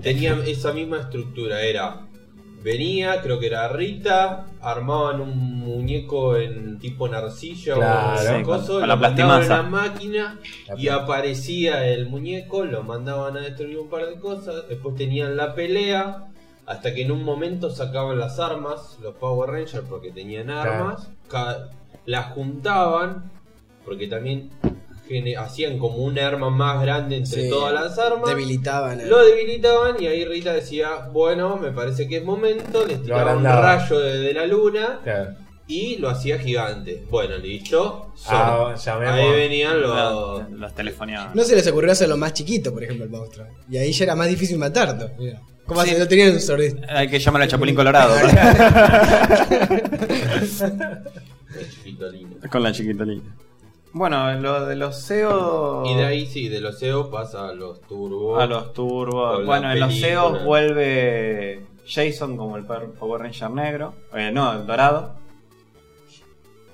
tenían esa misma estructura. Era. Venía, creo que era Rita, armaban un muñeco en tipo narcilla Claro. o Sí, un coso, con lo la mandaban a plastimasa. una máquina y aparecía el muñeco, lo mandaban a destruir un par de cosas, después tenían la pelea, hasta que en un momento sacaban las armas, los Power Rangers, porque tenían Claro. armas, ca- las juntaban, porque también gene- hacían como un arma más grande entre Sí, todas las armas. Debilitaban. a- Lo debilitaban y ahí Rita decía, bueno, me parece que es momento, les tiraba un agrandaba. rayo desde la luna Claro. y lo hacía gigante. Bueno, listo. sorry. Ah, llamemos. Ah. ahí venían los... Los, los telefoneaban. No se les ocurrió hacerlo más chiquito, por ejemplo, el monstruo. Y ahí ya era más difícil matarlo. Mira. ¿Cómo hace? Lo tenían en un sordito. Hay que llamar al Chapulín Colorado. el chiquito lindo. Con la chiquitolina. Bueno, lo de los E SEO. Y de ahí sí, de los EO pasa a los turbos. A los turbos. Con la bueno, en los película. SEO vuelve Jason como el per- Power Ranger negro. Eh, no, el dorado.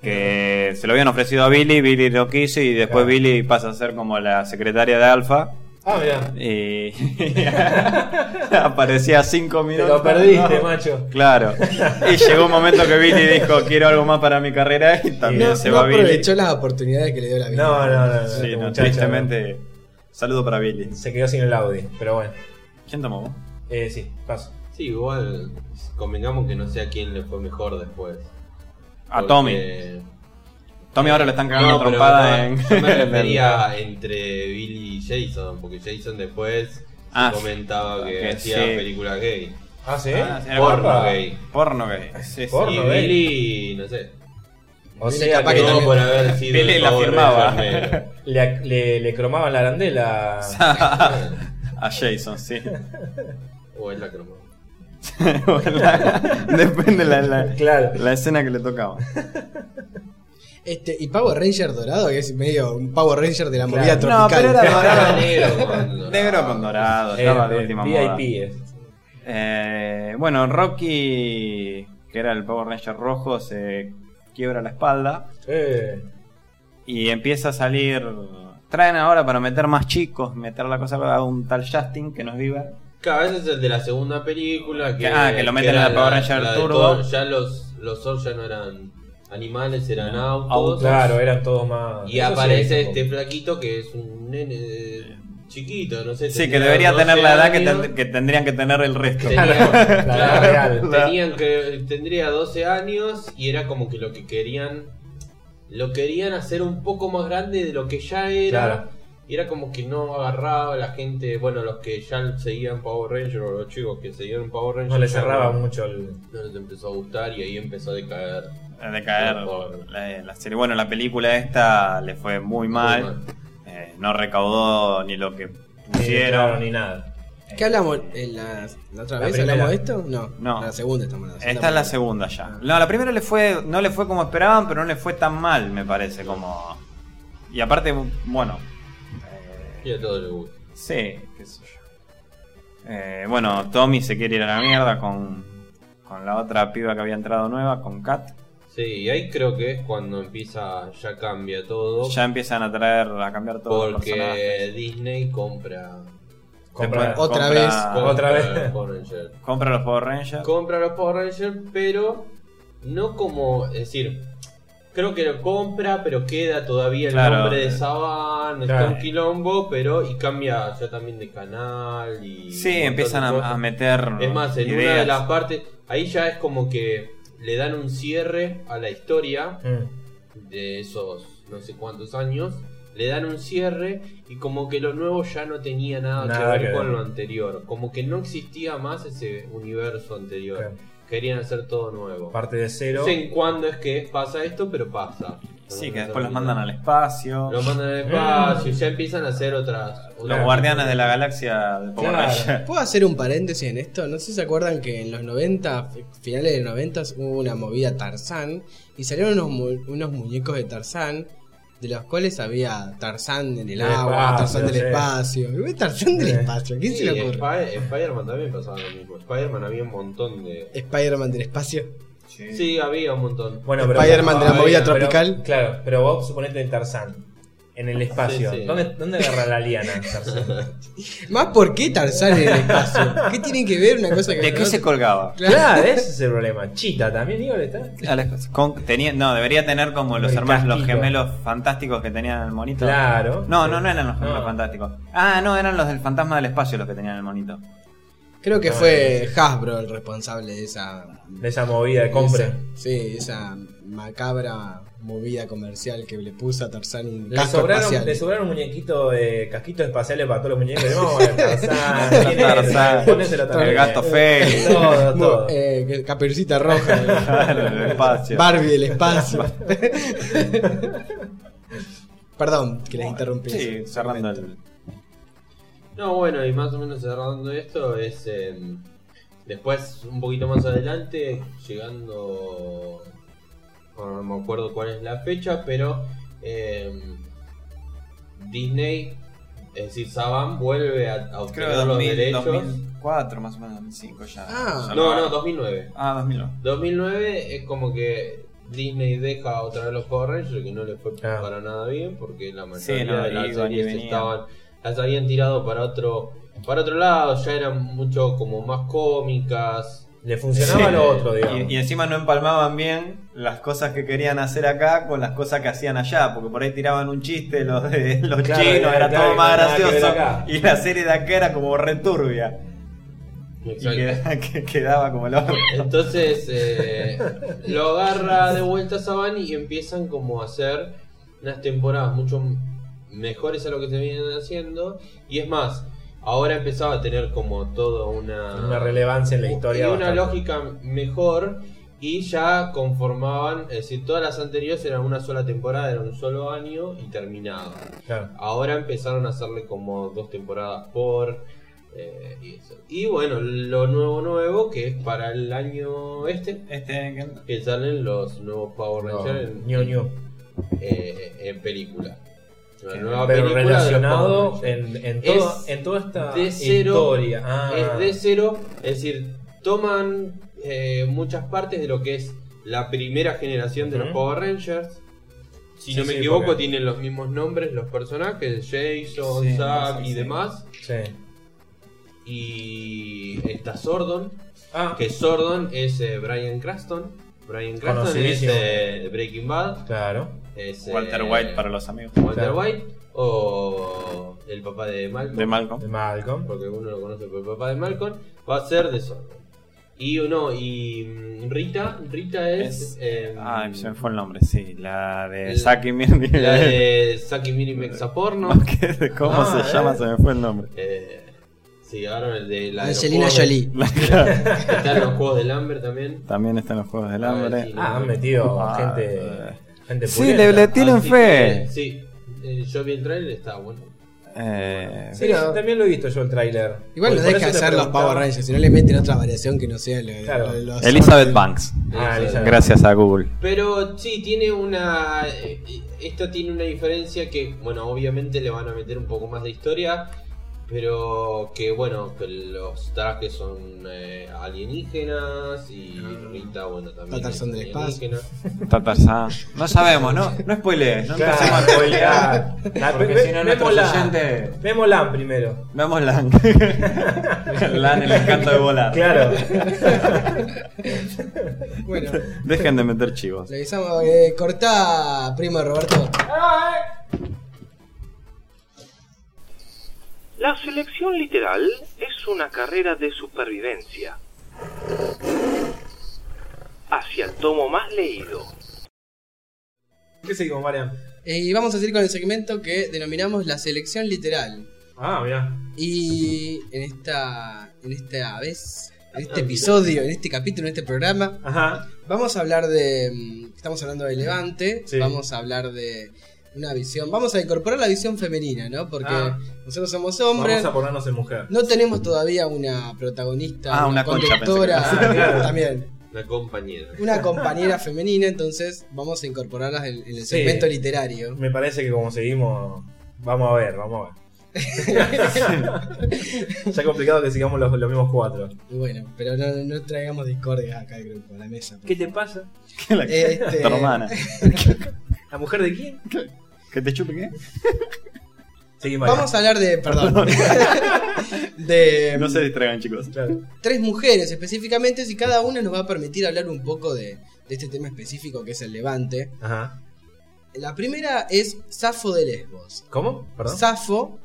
Que se lo habían ofrecido a Billy, Billy lo quiso y después Claro. Billy pasa a ser como la secretaria de Alpha. Ah, mirá. Y aparecía cinco Te minutos. lo perdiste, ¿no? macho. Claro. Y llegó un momento que Billy dijo, quiero algo más para mi carrera y también No, se no va Billy. aprovechó las oportunidades que le dio la vida. No, no, no. no, Sí, no, este muchacho tristemente. Saludo para Billy. Se quedó sin el Audi, pero bueno. ¿Quién tomó? Eh, sí, paso. Sí, igual convengamos que no sé a quién le fue mejor después. A Porque- Tommy. Tommy ahora lo están cagando No, a pero trompada no, en. yo me en el- refería entre Billy y Jason, porque Jason después Ah, comentaba que que hacía sí. películas gay. Ah, sí. Ah, sí, era Porno Opa. gay. Porno gay. Ah, Sí, sí. Porno. Y gay. Billy, no sé. O Mira, sea, capaz que que no también- por haber sido Billy el la favor del firmaba. enfermero. le, le, le cromaban la arandela. A Jason, sí. o es la cromó. Depende la, la, Claro. la escena que le tocaba. Este, y Power Ranger dorado, que es medio un Power Ranger de la Claro. movida No, tropical. pero era Estaba dorado. negro con Negro con dorado, estaba de Eh, última moda. VIP es. Eh, bueno, Rocky, que era el Power Ranger rojo, se quiebra la espalda Eh, y empieza a salir. Traen ahora para meter más chicos, meter la cosa a un tal Justin que nos viva. Cada vez es el de la segunda película. Que, Ah, que lo meten era en la Power Ranger la de Turbo. Thor. Ya los, los Thor ya no eran animales, eran No, autos. claro, eran todos más. Y Eso sí, aparece un este poco. flaquito que es un nene eh, chiquito, no sé. Sí, que tendría debería 12 tener la edad que, años. ten- que tendrían que tener el resto. Tenía- La edad real. Tenían que tendría 12 años y era como que lo que querían lo querían hacer un poco más grande de lo que ya era. Claro. Y era como que no agarraba la gente, bueno, los que ya seguían Power Ranger o los chicos que seguían Power Ranger No le ya cerraba no- mucho el. No les empezó a gustar y ahí empezó a decaer. De caer la, la serie. Bueno, la película esta le fue muy mal. Muy mal. Eh, no recaudó ni lo que Ni claro, pusieron. ni nada. ¿Qué hablamos? ¿En la, la otra La vez primera. hablamos de esto? No, No. La segunda estamos hablando. Esta es la segunda ya. No, la primera le fue, no le fue como esperaban, pero no le fue tan mal, me parece. Como y aparte, bueno, eh, Y a todos les gusta. sí, qué sé yo. Eh, bueno, Tommy se quiere ir a la mierda con, con la otra piba que había entrado nueva, con Kat. Sí, y ahí creo que es cuando empieza, ya cambia todo. Ya empiezan a traer, a cambiar todo el personaje. porque Disney compra. Comprar. Después Otra compra- vez. compra Ah, otra vez. los Power Rangers. Compra los Power Rangers. Compra los Power Rangers, pero no como. Es decir, creo que lo compra, pero queda todavía el Claro. nombre de Saban. Claro. Está un quilombo, pero. Y cambia ya también de canal. y un Sí, montón empiezan de a, cosas. a meter. Es más, en ideas. una de las partes. Ahí ya es como que le dan un cierre a la historia Mm. de esos no sé cuántos años, le dan un cierre y como que lo nuevo ya no tenía nada, Nada que ver que con ver. lo anterior, como que no existía más ese universo anterior, Claro. querían hacer todo nuevo. Parte de cero. No sé en cuándo es que pasa esto, pero pasa. Sí, que después los mandan al espacio. Los mandan al espacio, ya empiezan a hacer otras... Los otras- guardianes de la galaxia de Power Claro. Rangers. ¿Puedo hacer un paréntesis en esto? No sé si se acuerdan que en los 90, fi- finales de los 90, hubo una movida Tarzán y salieron unos, mu- unos muñecos de Tarzán, de los cuales había Tarzán en el Del agua, espacio, Tarzán del sí. espacio. ¿Qué Tarzán del Sí. espacio? ¿A ¿Quién Sí, se le ocurre? Sp- Spider-Man también pasaba lo mismo. Spider-Man había un montón de... Spider-Man del espacio. Sí, había un montón. Bueno, Spider-Man de la Ah, movida pero- tropical. claro, pero vos suponete el Tarzán. En el espacio. Sí, sí. ¿Dónde, ¿Dónde agarra la liana, Tarzán? Más por qué Tarzán en el espacio. ¿Qué tienen que ver una cosa que ¿De qué se colgaba? Claro, ese es el problema. Chita también, Igor, está. A las- con- tenía- no, debería tener como los El hermanos, los casquito. gemelos fantásticos que tenían el monito. Claro. No, no, no eran los gemelos No. fantásticos. Ah, no, eran los del fantasma del espacio los que tenían el monito. Creo que Ah, fue Hasbro el responsable de esa. De esa movida de compra. esa- sí, esa macabra movida comercial que le puso a Tarzán un Le casco sobraron, espacial. le sobraron muñequitos, eh, casquitos espaciales para todos los muñecos. No, Tarzán, ¿quién es? Tarzán. Ponéselo también. Eh. El gato feo. Todo, Bueno, todo. eh, que- caperucita roja. Claro, el espacio. Barbie del espacio. Perdón que les interrumpí. Sí, cerrando el. No, bueno, y más o menos cerrando esto es em, después un poquito más adelante, llegando, bueno, no me acuerdo cuál es la fecha, pero em, Disney, es decir, Saban vuelve a, a Creo obtener que los 2000, derechos. 2004, más o menos, 2005 ya. Ah. Ya No, lo- no, 2009. Ah, 2001. 2009 es como que Disney deja otra vez los Power Rangers, que no les fue Ah. para nada bien, porque la mayoría Sí, no, de las iban y series venían. estaban, las habían tirado para otro, para otro lado, ya eran mucho como más cómicas. Le funcionaba lo otro, digamos. Y, y encima no empalmaban bien las cosas que querían hacer acá con las cosas que hacían allá, porque por ahí tiraban un chiste los de los Claro, chinos, claro, era claro, todo más nada que ver acá. gracioso. Y la serie de acá era como returbia. Y Exacto. queda- que quedaba como lo Entonces eh, lo agarra de vuelta Saban y empiezan como a hacer unas temporadas mucho mejores a lo que se vienen haciendo. Y es más, ahora empezaba a tener como toda una, Una relevancia en la historia. y una bastante. lógica mejor. Y ya conformaban, es decir, todas las anteriores eran una sola temporada, era un solo año y terminaba. Claro. Ahora empezaron a hacerle como dos temporadas por. eh, y, eso. y bueno, lo nuevo, nuevo que es para el año este, Este, que- que salen los nuevos Power Rangers en- Ño, Ño. eh, en película. La nueva Pero película de los Power relacionado Rangers. en, en, todo- Es en toda esta de cero, historia. Ah, Es de cero, es decir, toman eh, muchas partes de lo que es la primera generación de los Ujú. Power Rangers. Si Sí, no me sí, equivoco, porque- tienen los mismos nombres los personajes, Jason, Sí, Zack sí, y sí. demás. sí. Y está Sordon, Ah, que Sordon es eh, Brian Craston. Brian Craston es Conocidísimo. eh, de Breaking Bad. claro. es, eh, Walter White para los amigos. Walter Claro. White o el papá de Malcolm, De Malcolm. De Malcolm. porque uno lo conoce por el papá de Malcolm, va a ser de Sordon. Y uno, y mm, Rita, Rita es... Es- eh, Ah, se me fue el nombre, sí. La de El- Saki Mirni. la de Saki Miri Mexaporno. ¿Cómo Ah, se eh. llama? Se me fue el nombre. Eh, sí, ahora el de la... de los Angelina juegos de- Jolie. Están los juegos del hambre también. También están los Juegos del Ah, Hambre. sí. Ah, han metido Ah, gente. gente Sí, pulenta. le, le tienen Así fe. que, sí, eh, yo vi el trailer, está bueno. Eh, Sí, Pero- también lo he visto yo el tráiler. Igual no Por eso deja te hacer los preguntaba- Power Rangers, si no le meten otra variación que no sea lo- Claro. lo de los- Elizabeth Banks. Ah, Elizabeth. Gracias a Google. Pero sí, tiene una. eh, Esta tiene una diferencia que, bueno, obviamente le van a meter un poco más de historia. Pero que, bueno, que los trajes son eh, alienígenas. Y Rita, bueno, también. Tarzán es del espacio. alienígena. Tatarzán. No sabemos, no, no spoilees. No Claro, empecemos a spoilear. La- Porque ve- si no, nuestros vémosla. oyentes. Vémosla primero. Vemos Lan. Lan, el encanto de volar. Claro. Bueno, le Dejen de meter chivos. avisamos, eh, cortá, primo Roberto. La selección literal es una carrera de supervivencia hacia el tomo más leído. ¿Qué seguimos, Marian? Eh, Y vamos a seguir con el segmento que denominamos la selección literal. Ah, mirá. Y en esta, en esta vez, en Ah, este episodio, en este capítulo, en este programa, Ajá. vamos a hablar de. mm, Estamos hablando de Levante, Sí. vamos a hablar de una visión. Vamos a incorporar la visión femenina, ¿no? Porque Ah. nosotros somos hombres. Vamos a ponernos en mujer. No tenemos todavía una protagonista, Ah, una, una concha, conductora, pensé que- Ah, claro. también Una compañera. una compañera femenina, entonces vamos a incorporarlas en, en el Sí. segmento literario. Me parece que como seguimos, vamos a ver, vamos a ver. ya complicado que sigamos los, los mismos cuatro. Y bueno, pero no, no traigamos discordias acá al grupo, a la mesa. ¿Qué te pasa? La- Este- Tu hermana. ¿La mujer de quién? ¿Que te chupe qué? Sí, Marian. Vamos a hablar de, perdón, de mm, No se distraigan, chicos. Claro. tres mujeres específicamente, si cada una nos va a permitir hablar un poco de, de este tema específico que es el levante. Ajá. La primera es Safo de Lesbos. ¿Cómo? Perdón. Safo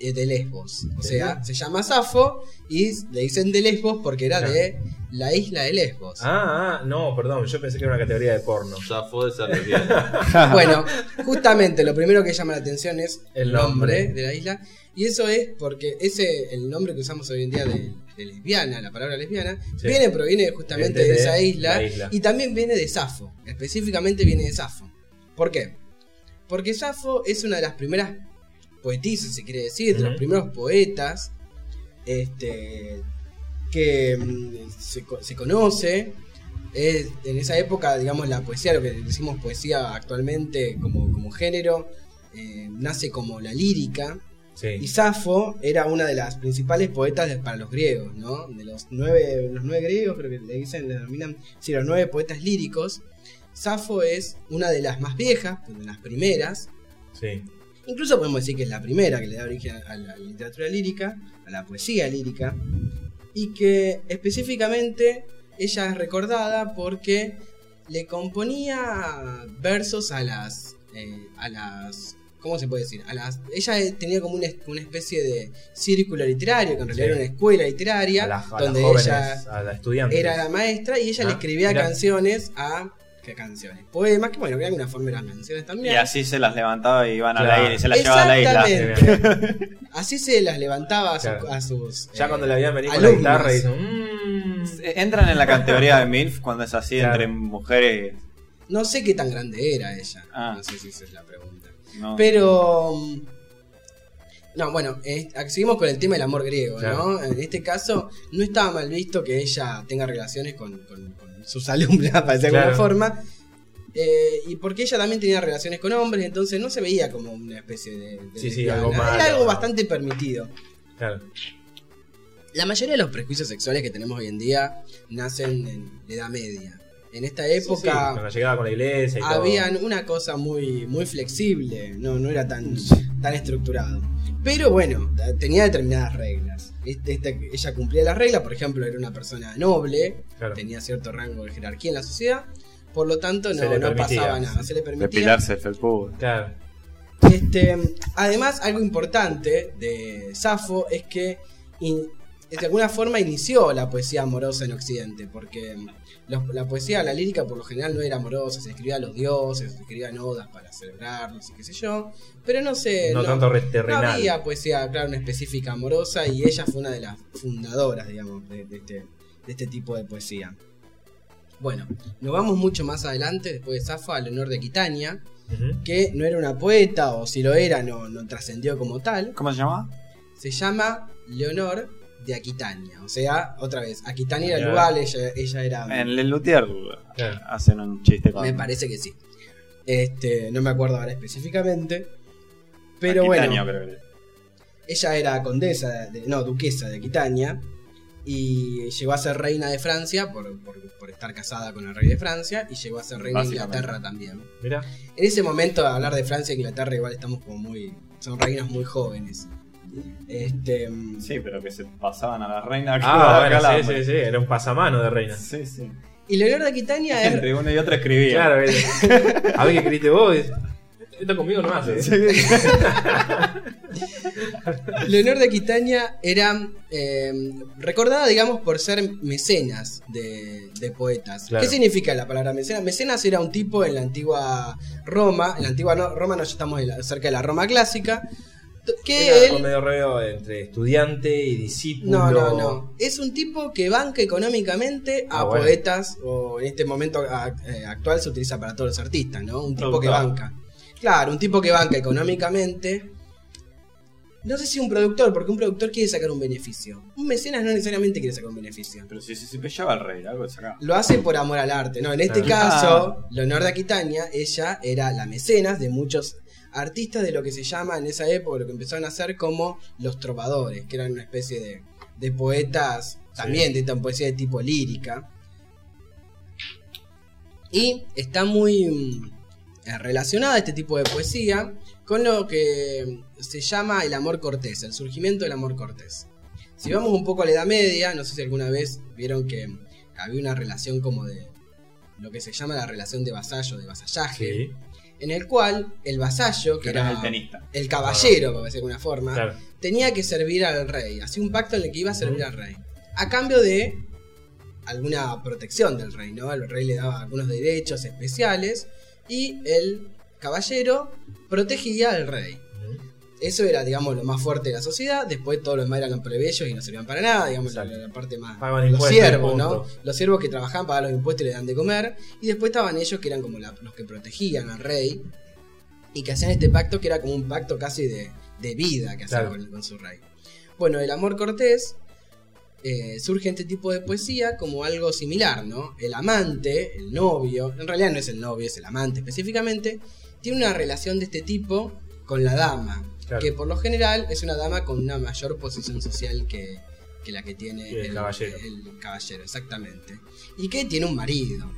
eh, de Lesbos. O sea, se llama Safo y le dicen de Lesbos porque era de la isla de Lesbos. Ah, ah, no, perdón, yo pensé que era una categoría de porno. Zafó de ser lesbiana. Bueno, justamente lo primero que llama la atención es El el nombre nombre. de la isla. Y eso es porque ese el nombre que usamos hoy en día de, de lesbiana, la palabra lesbiana, Sí. viene, proviene justamente Viene de, de esa la isla, isla. Y también viene de Safo. Específicamente viene de Safo. ¿Por qué? Porque Safo es una de las primeras poetisas, se quiere decir, de los Ujú. primeros poetas este, que mm, se, co- se conoce. Es- en esa época, digamos, la poesía, lo que decimos poesía actualmente como, como género, eh, nace como la lírica. Y Sí. Safo era una de las principales poetas de- para los griegos, ¿no? De los nueve, los nueve griegos, creo que le dicen, le denominan, sí, los nueve poetas líricos. Safo es una de las más viejas, de las primeras. Sí. Incluso podemos decir que es la primera que le da origen a la literatura lírica, a la poesía lírica. Y que específicamente ella es recordada porque le componía versos a las. eh, a las. ¿Cómo se puede decir? A las. Ella eh, tenía como una, es- una especie de círculo literario, que en realidad Sí. era una escuela literaria, A las, a las donde jóvenes, ella a las estudiantes. era la maestra y ella le Ah, escribía mirá. canciones a. ¿Qué canciones? Poemas, que bueno, que de alguna forma eran canciones Y también. así se las levantaba y iban a Claro. la isla y se las llevaba a la isla. Bien, Exactamente. bien, bien. Así se las levantaba a, su- Claro. a sus. Ya eh, cuando la veían venir con la alumnos. guitarra y dicen, "Mm". Eh, Entran en la categoría de MILF cuando es así Claro. entre mujeres. No sé qué tan grande era ella. Ah. No sé si esa es la pregunta. No. Pero. mm, No, bueno, eh, seguimos con el tema del amor griego, Claro. ¿no? En este caso, no estaba mal visto que ella tenga relaciones con, con- con sus alumnas, para decirlo de alguna Claro. forma. Eh, y porque ella también tenía relaciones con hombres, entonces no se veía como una especie de. de Sí, sí, lesbiana. algo malo. Era algo bastante permitido. Claro. La mayoría de los prejuicios sexuales que tenemos hoy en día nacen en la Edad Media. En esta Sí, época con la llegada con la iglesia y todo. habían una cosa muy, muy flexible, no, no era tan, tan estructurado. Pero bueno, ta- tenía determinadas reglas. Este- esta- ella cumplía las reglas, por ejemplo, era una persona noble, Claro. tenía cierto rango de jerarquía en la sociedad, por lo tanto Se no, le no permitía. pasaba nada, se le permitía. Depilarse el felpudo. Claro. Este, además, algo importante de Safo es que in- de alguna forma inició la poesía amorosa en Occidente, porque mm, los- la poesía, la lírica por lo general no era amorosa, se escribía a los dioses, se escribían odas para celebrarlos y qué sé yo, pero no sé, no, tanto re- no terrenal. había poesía, claro, una específica amorosa y ella fue una de las fundadoras, digamos, de, de este, de este tipo de poesía. Bueno, nos vamos mucho más adelante, después de Safo, al honor de Quitania, Ujú. que no era una poeta, o si lo era, no, no trascendió como tal, ¿Cómo se llamaba? se llama Leonor de Aquitania. O sea, otra vez, Aquitania era el Ya. lugar, ella, ella era. En el Lutier Claro. hacen un chiste con. Me parece que sí. Este, no me acuerdo ahora específicamente. Pero Aquitania, bueno, creo que era. ella era condesa, de- no, duquesa de Aquitania. Y llegó a ser reina de Francia por, por- por estar casada con el rey de Francia. Y llegó a ser reina de Básicamente. Inglaterra también. Mirá. En ese momento, hablar de Francia e Inglaterra, igual estamos como muy. Son reinos muy jóvenes. Este. mm, Sí, pero que se pasaban a la reina. que iba a Ah, dar bueno, sí, calambre. sí, sí. Era un pasamano de reina. Sí, sí. Y Leonor de Aquitania es. Entre uno y otro escribía. Claro, era- a ver que queriste vos. es- Esto conmigo nomás. ¿eh? Leonor de Aquitania era eh, recordada, digamos, por ser mecenas de, de poetas. Claro. ¿Qué significa la palabra mecenas? Mecenas era un tipo en la antigua Roma, en la antigua no- Roma no, ya estamos en la- cerca de la Roma clásica, t- que Era él... como medio reo entre estudiante y discípulo. No, no, no. Es un tipo que banca económicamente a Ah, bueno. poetas, o en este momento a- eh, actual se utiliza para todos los artistas, ¿no? Un tipo que Productor. banca. Claro, un tipo que banca económicamente. No sé si un productor, porque un productor quiere sacar un beneficio. Un mecenas no necesariamente quiere sacar un beneficio. Pero si se si, pillaba al rey, algo sacaba. Lo hace por amor al arte, ¿no? En este Ah. caso, Leonor de Aquitania, ella era la mecenas de muchos artistas de lo que se llama en esa época, lo que empezaron a hacer como los trovadores, que eran una especie de, de poetas, también de tan poesía de tipo lírica. Y está muy mm, eh, relacionada este tipo de poesía con lo que se llama el amor cortés, el surgimiento del amor cortés. Si vamos un poco a la Edad Media, no sé si alguna vez vieron que había una relación como de lo que se llama la relación de vasallo, de vasallaje. Sí. en el cual el vasallo, que que era es el tenista. el caballero, por decir de alguna forma, Claro. tenía que servir al rey, hacía un pacto en el que iba a servir al rey, a cambio de alguna protección del rey, ¿no? El rey le daba algunos derechos especiales y el caballero protegía al rey. Eso era, digamos, lo más fuerte de la sociedad. Después todos los demás eran plebeyos y no servían para nada, digamos, la, Exacto. la parte más... Pagaban los impuestos, siervos, ¿no? punto. Los siervos que trabajaban pagaban los impuestos y le dan de comer. Y después estaban ellos que eran como la- los que protegían al rey y que hacían este pacto que era como un pacto casi de, de vida que hacían Claro. con, con su rey. Bueno, el amor cortés eh, surge en este tipo de poesía como algo similar, ¿no? El amante, el novio, en realidad no es el novio, es el amante específicamente, tiene una relación de este tipo con la dama, Claro. que por lo general es una dama con una mayor posición social que, que la que tiene El caballero. el caballero, exactamente. Y que tiene un marido.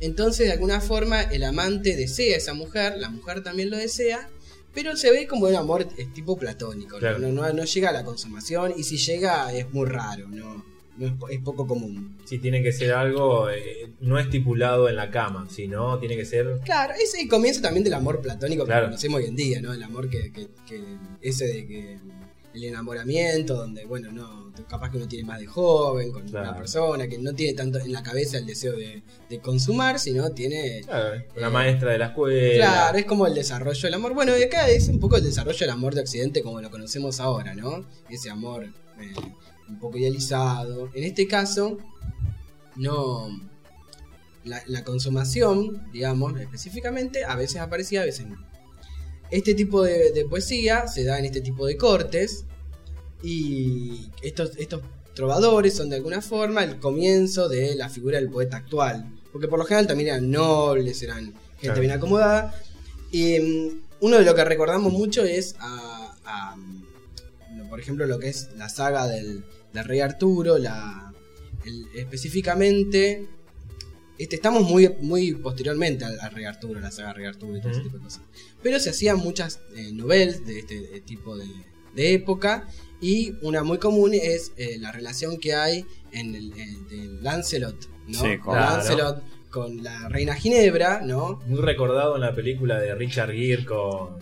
Entonces, de alguna forma, el amante desea a esa mujer, la mujer también lo desea, pero se ve como un amor eh, tipo platónico, ¿no? Claro. no, no- no llega a la consumación y si llega es muy raro, no, no es, po- es poco común. Sí, tiene que ser algo eh, no estipulado en la cama, sino tiene que ser. Claro, es el comienzo también del amor platónico Claro. que conocemos hoy en día, ¿no? El amor que, que- que- ese de que el enamoramiento, donde, bueno, no, capaz que uno tiene más de joven, con Claro. una persona, que no tiene tanto en la cabeza el deseo de, de consumar, sino tiene Claro, una Eh, maestra de la escuela. Claro, es como el desarrollo del amor. Bueno, de acá es un poco el desarrollo del amor de Occidente como lo conocemos ahora, ¿no? Ese amor eh, un poco idealizado. En este caso, no. La, la consumación, digamos, específicamente, a veces aparecía, a veces no. Este tipo de, de poesía se da en este tipo de cortes. Y estos, estos trovadores son de alguna forma el comienzo de la figura del poeta actual. Porque por lo general también eran nobles, eran gente Claro. bien acomodada. Y mm, uno de lo que recordamos mucho es a, a, mm, por ejemplo, lo que es la saga del, del rey Arturo, la, el- específicamente... Este, estamos muy, muy posteriormente al, al Rey Arturo, a la saga Rey Arturo y todo ese Ujú. tipo de cosas. Pero se hacían muchas eh, novelas de este de tipo de, de época. Y una muy común es eh, la relación que hay en el, en- de Lancelot, ¿no? Sí, con con- Lancelot con la reina Ginebra, ¿no? Muy recordado en la película de Richard Gere con.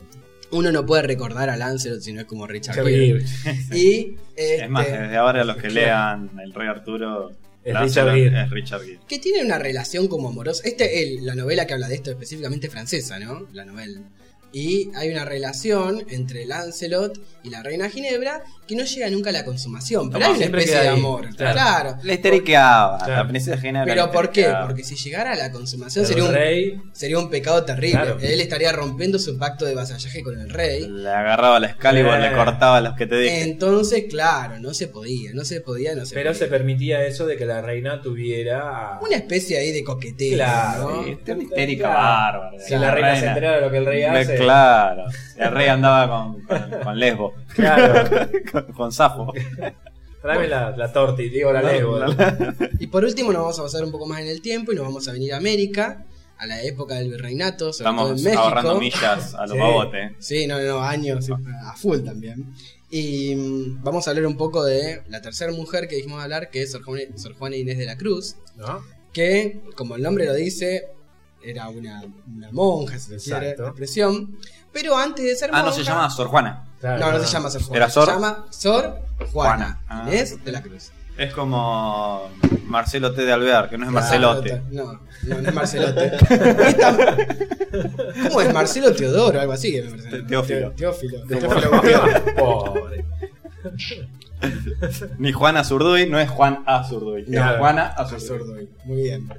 Uno no puede recordar a Lancelot si no es como Richard Richard Gere. Gere. Y este, Es más, desde ahora los que lean El Rey Arturo Es Lancelot Richard Gere. es Richard Gere. que tiene una relación como amorosa. Este el- la novela que habla de esto específicamente es francesa, ¿no? La novela. Y hay una relación entre Lancelot y la reina Ginebra que no llega nunca a la consumación. Pero Toma, hay una siempre especie de queda ahí, amor. claro. claro. La histeriqueaba, Claro. la princesa Genera. ¿Pero por qué? Porque si llegara a la consumación El sería un, rey. sería un pecado terrible. Claro. Él estaría rompiendo su pacto de vasallaje con el rey. Le agarraba la Excalibur, Eh. le cortaba los que te dije. Entonces, claro, no se podía, no se podía, no se Pero se podía. permitía eso de que la reina tuviera. Una especie ahí de coqueteo, Claro, ¿no? Sí, este está una histérica Claro. bárbara. Si la reina se enterara de lo que el rey Ve, hace. Claro, el rey andaba con, con, con Lesbo, Claro. con, con Safo. Tráeme la, la torti, digo, la No, lengua. la- Y por último, nos vamos a pasar un poco más en el tiempo y nos vamos a venir a América, a la época del virreinato, sobre todo en Estamos México. ahorrando millas a los Sí. babotes. Sí, no, no, años a full también. Y mm, vamos a hablar un poco de la tercera mujer que dijimos hablar, que es Sor Juana- Sor Juana Inés de la Cruz. ¿No? que, como el nombre lo dice, era una, una monja, si se quiere, Exacto. la expresión. Pero antes de ser Ah, monja. no se llama Sor Juana. Claro, No, no se llama Sor Juana. Era Sor- Se llama Sor Juana. Juana. Ah. Inés de la Cruz. Es como Marcelo T. de Alvear, que no es Marcelote. Ah, No, no, no es Marcelote. Esta- ¿Cómo es? Marcelo Teodoro, algo así. que me parece. Te- Teófilo. Te- Teófilo. Teófilo Gutiérrez. Pobre. Ni Juana Zurduy, no es Juan A. Zurduy. Claro. Es Juana A. Zurduy. Absurdo. Muy bien.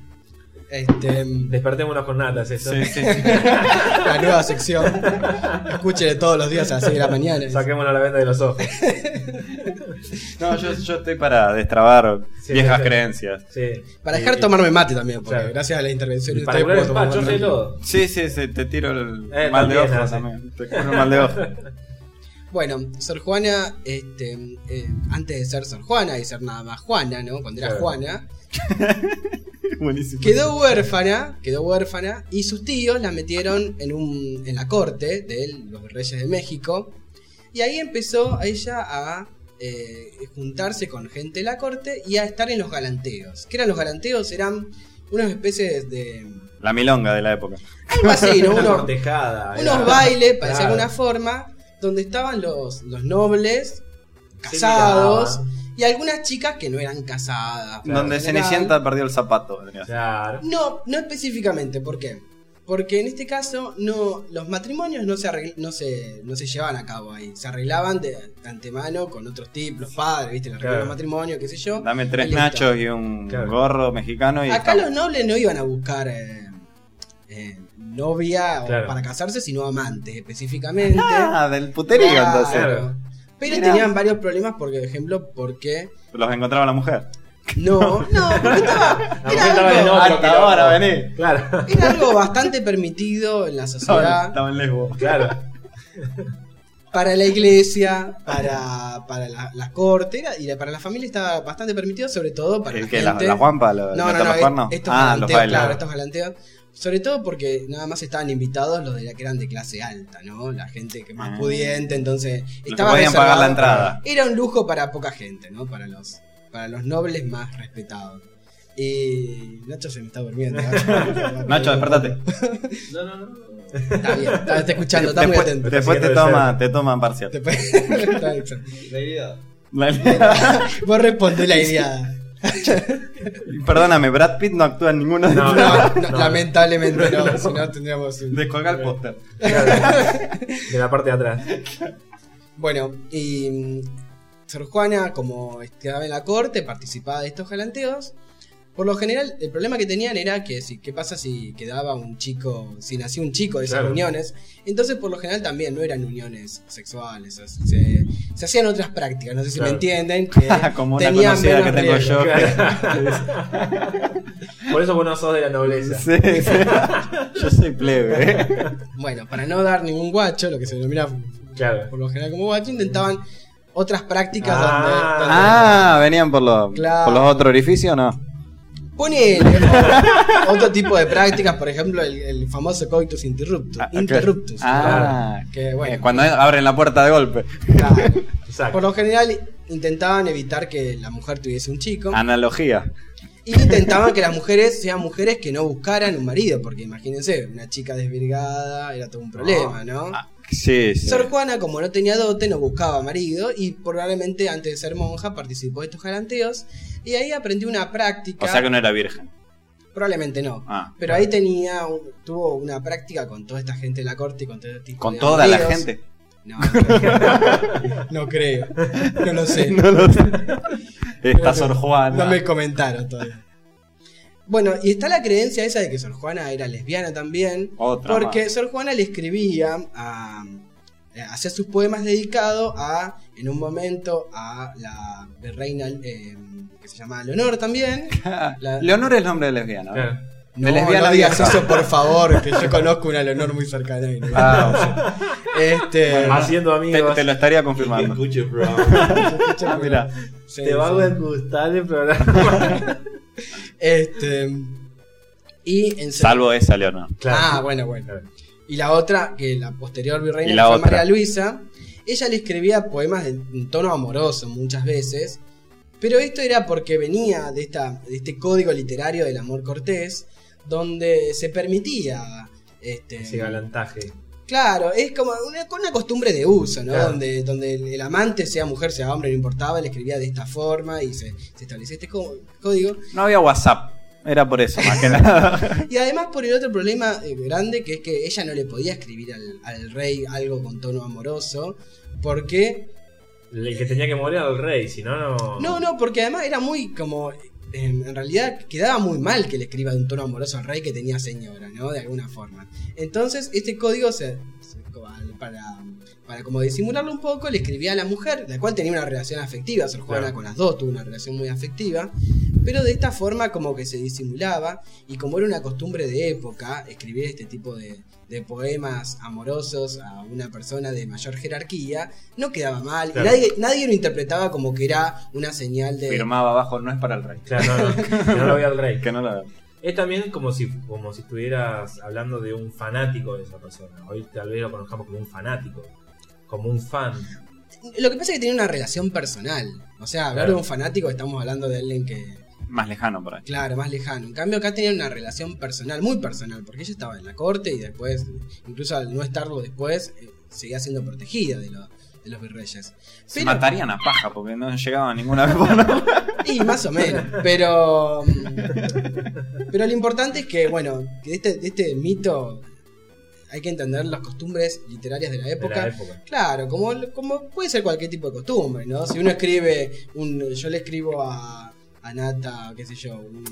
Este, Despertémonos con natas, eso. Sí, sí, sí. la nueva sección. Escúchele todos los días a las 6 de la mañana. Saquémonos la venda de los ojos. No, yo, yo estoy para destrabar Sí, viejas sí. creencias. Sí. Para dejar tomarme mate también, porque Eh, Claro. gracias a la intervención Para curar el pacho, tomar sé mate. todo. Sí, sí, sí, te tiro el Eh, mal de también ojo hace. también. Te curo el mal de ojo. Bueno, Sor Juana, este, eh, antes de ser Sor Juana y ser nada más Juana, ¿no? Cuando era Claro. Juana, Buenísimo. quedó huérfana, quedó huérfana y sus tíos la metieron en un en la corte de los reyes de México y ahí empezó a ella a eh, juntarse con gente de la corte y a estar en los galanteos. ¿Qué eran los galanteos? Eran unas especies de. La milonga de la época. Algo así, ¿no? Una Unos, cortejada. era- unos bailes, para decir Claro. alguna forma, donde estaban los, los nobles Se casados y algunas chicas que no eran casadas. Claro. Donde General. Cenicienta perdió el zapato. vendría a ser. Claro. No, no específicamente, ¿por qué? Porque en este caso no, los matrimonios no se, arregl- no, se, no se llevaban a cabo ahí, se arreglaban de, de antemano con otros tipos, los padres, ¿viste? Les arreglaban Claro. el matrimonio, qué sé yo. Dame tres Listo. nachos y un Claro. gorro mexicano y. Acá los estamos. nobles no iban a buscar eh, eh, novia o Claro. para casarse, sino amantes específicamente. Ah, del puterío Claro. entonces. Claro. Pero Mirá. tenían varios problemas, porque, por ejemplo, porque Los encontraba la mujer. no, no, porque estaba, La mujer era, estaba en algo, otro Hasta quilombo. ahora, vení. Claro, era algo bastante permitido en la Estaba, sociedad. estaba en lesbo. claro. para la iglesia, para, para la, la corte era- y la- para la familia estaba bastante permitido, sobre todo para ¿El la que? ¿La, gente. la Juanpa? ¿Lo, no, le no, meten no, los cuernos? estos ah, los galanteos, bailes. claro, estos galanteos. Sobre todo porque nada más estaban invitados los de la que eran de clase alta, ¿no? La gente que más Ah. pudiente, entonces Los que estaba podían pagar la reservado. entrada. Era un lujo para poca gente, ¿no? Para los, para los nobles más respetados. Y Nacho se me está durmiendo. Nacho, despertate. No, no, no. Está bien, está, está escuchando, está muy después atento. después te, Cierre, toma, te toman parcial. Después- está bien. Realidad. Vos responde la idea. Perdóname, Brad Pitt no actúa en ninguno de No, los. No, no, no. lamentablemente no, si no tendríamos un- Descolgar el póster. De la parte de atrás. Bueno, y mm, Sor Juana, como estaba en la corte, participaba de estos galanteos. Por lo general, el problema que tenían era que si, qué pasa si quedaba un chico, si nacía un chico de esas Claro. uniones. Entonces, por lo general también no eran uniones sexuales, o sea, se, se hacían otras prácticas, no sé si me Claro. entienden. que Como una tenían conocida que menos tengo riesgo. yo. Por eso vos no sos de la nobleza. Sí, sí. Yo soy plebe. ¿eh? Bueno, para no dar ningún guacho, lo que se denomina Claro. por lo general como guacho, intentaban otras prácticas Ah. donde, donde- Ah, venían por los, Claro. por los otros orificios, ¿no? Ponele otro tipo de prácticas, por ejemplo, el, el famoso coitus interruptus. Ah, ok. interruptus Ah, Que, bueno. eh, cuando abren la puerta de golpe. claro. Exacto. Por lo general intentaban evitar que la mujer tuviese un chico. Ah. Analogía. Y intentaban que las mujeres sean mujeres que no buscaran un marido, porque imagínense, una chica desvirgada era todo un problema, ¿no? Ah. Sí, sí. Sor Juana, como no tenía dote, no buscaba marido y probablemente antes de ser monja participó de estos galanteos y ahí aprendió una práctica. O sea que no era virgen. Probablemente no. Ah. Pero ahí tenía, un- tuvo una práctica con toda esta gente de la corte y con todo este tipo Con de toda la bandidos. gente. No, no, no creo. No lo sé. No, No lo sé. Está Sor Juana. me comentaron todavía. Bueno, y está la creencia esa de que Sor Juana era lesbiana también. Otra Porque Sor Juana le escribía a. eh, Hacía sus poemas dedicados a, en un momento, a la reina eh, que se llamaba Leonor también. más. Ah, La- Leonor es el nombre de lesbiana. ¿no? Claro. No, De lesbiana no digas vieja. eso, por favor, que yo conozco una Leonor muy cercana. y no- Ah, Este, Haciendo te, amigos. te lo estaría confirmando. Escuche, bro. Ah, mira. Sí, Te va sí. a gustar el programa. Este, y en Salvo esa, Leonor. Ah, bueno, bueno. Y la otra, que la posterior virreina Y que la fue otra. María Luisa, ella le escribía poemas de- en tono amoroso muchas veces, pero esto era porque venía de, esta, de este código literario del amor cortés, donde se permitía... Este, Ese galantaje. Claro, es como una, con una costumbre de uso, ¿no? Claro. Donde, donde el, el amante, sea mujer, sea hombre, no importaba, le escribía de esta forma y se, se establecía este co- código. No había WhatsApp. Era por eso, más que nada. Y además por el otro problema eh, grande, que es que ella no le podía escribir al, al rey algo con tono amoroso, porque... El que tenía que morir era el rey, si no, no. No, no, porque además era muy como... eh, En, en realidad quedaba muy mal que le escriba de un tono amoroso al rey que tenía señora, ¿no? De alguna forma. Entonces, este código se, se- para, para como disimularlo un poco, le escribía a la mujer, la cual tenía una relación afectiva, Sor Juana Claro. con las dos tuvo una relación muy afectiva, pero de esta forma como que se disimulaba y como era una costumbre de época escribir este tipo de, de poemas amorosos a una persona de mayor jerarquía, no quedaba mal Claro. y nadie, nadie lo interpretaba como que era una señal de... Firmaba abajo, no es para el rey. Claro, no, no. que no lo veía el rey. Que no lo... Es también como si, como si estuvieras hablando de un fanático de esa persona. Hoy tal vez lo conozcamos como un fanático. Como un fan. Lo que pasa es que tenía una relación personal, o sea, hablar Claro. de un fanático estamos hablando de alguien que... más lejano por ahí. Claro, más lejano. En cambio, acá tenían una relación personal, muy personal, porque ella estaba en la corte y después, incluso al no estarlo después, eh, seguía siendo protegida de, lo- de los virreyes. Se Pero- matarían a paja porque no llegaban a ninguna vez. por- Y más o menos, pero. mm, Pero lo importante es que, bueno, que de este, de este mito hay que entender las costumbres literarias de la de época. la época. Claro, como, como puede ser cualquier tipo de costumbre, ¿no? Si uno escribe, un, yo le escribo a, a Nata, qué sé yo, un,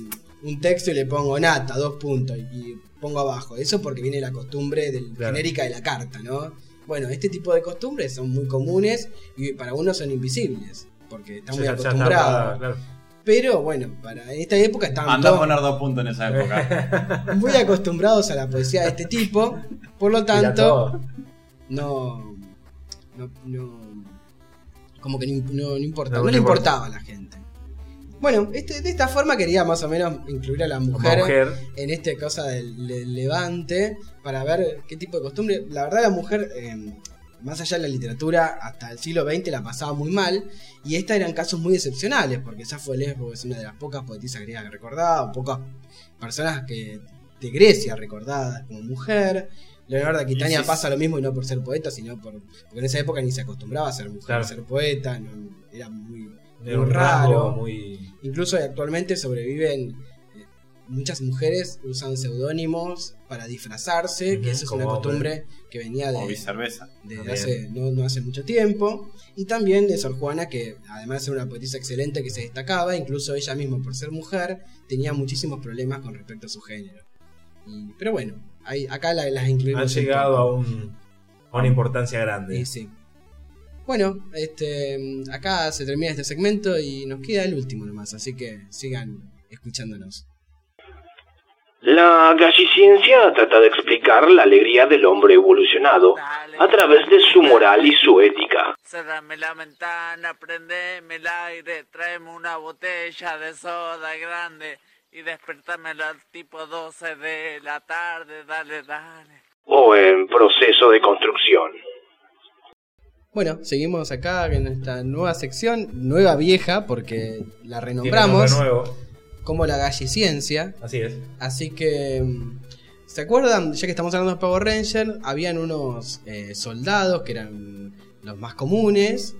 un texto y le pongo Nata, dos puntos, y, y pongo abajo. Eso porque viene la costumbre del, Claro. genérica de la carta, ¿no? Bueno, este tipo de costumbres son muy comunes y para uno son invisibles, porque están muy Ya- ya está acostumbrados. parada, claro. Pero bueno, para esta época estaban Andá a todos poner dos puntos en esa época. muy acostumbrados a la poesía de este tipo, por lo Mira tanto, todo. no, no, no- como que no, imp- no- no importaba, No, no, no le importa. importaba a la gente. Bueno, este- de esta forma quería más o menos incluir a la Como mujer, mujer, en esta cosa del, del levante para ver qué tipo de costumbre. La verdad, la mujer, eh, más allá de la literatura, hasta el siglo XX la pasaba muy mal. Y estas eran casos muy excepcionales, porque Safo de Lesbo es una de las pocas poetisas griegas recordadas, o pocas personas que de Grecia recordadas como mujer. Leonardo de Aquitania Y sí, pasa lo mismo y no por ser poeta, sino por, porque en esa época ni se acostumbraba a ser mujer, Claro. a ser poeta, no- era muy de un raro. rasgo muy. Incluso actualmente sobreviven eh, muchas mujeres usan seudónimos para disfrazarse, Ujú, que eso es una como hombre. costumbre que venía O de, viceversa. de También. hace, no, no hace mucho tiempo. Y también de Sor Juana, que además era una poetisa excelente que se destacaba, incluso ella misma por ser mujer, tenía muchísimos problemas con respecto a su género. Y- pero bueno, ahí- acá la- las incluimos. Han en llegado todo. a, un, a una importancia Y grande. sí. Bueno, este, acá se termina este segmento y nos queda el último nomás, así que sigan escuchándonos. La galliciencia trata de explicar la alegría del hombre evolucionado a través de su moral y su ética. Cerrame la ventana, prendeme el aire, tráeme una botella de soda grande y despertámelo al tipo 12 de la tarde, dale, dale. O en proceso de construcción. Bueno, seguimos acá en esta nueva sección, nueva vieja, porque la Tiene nombre renombramos nuevo. como la galliciencia. Así es. Así que, mm, ¿se acuerdan? Ya que estamos hablando de Power Ranger, habían unos eh, soldados que eran los más comunes,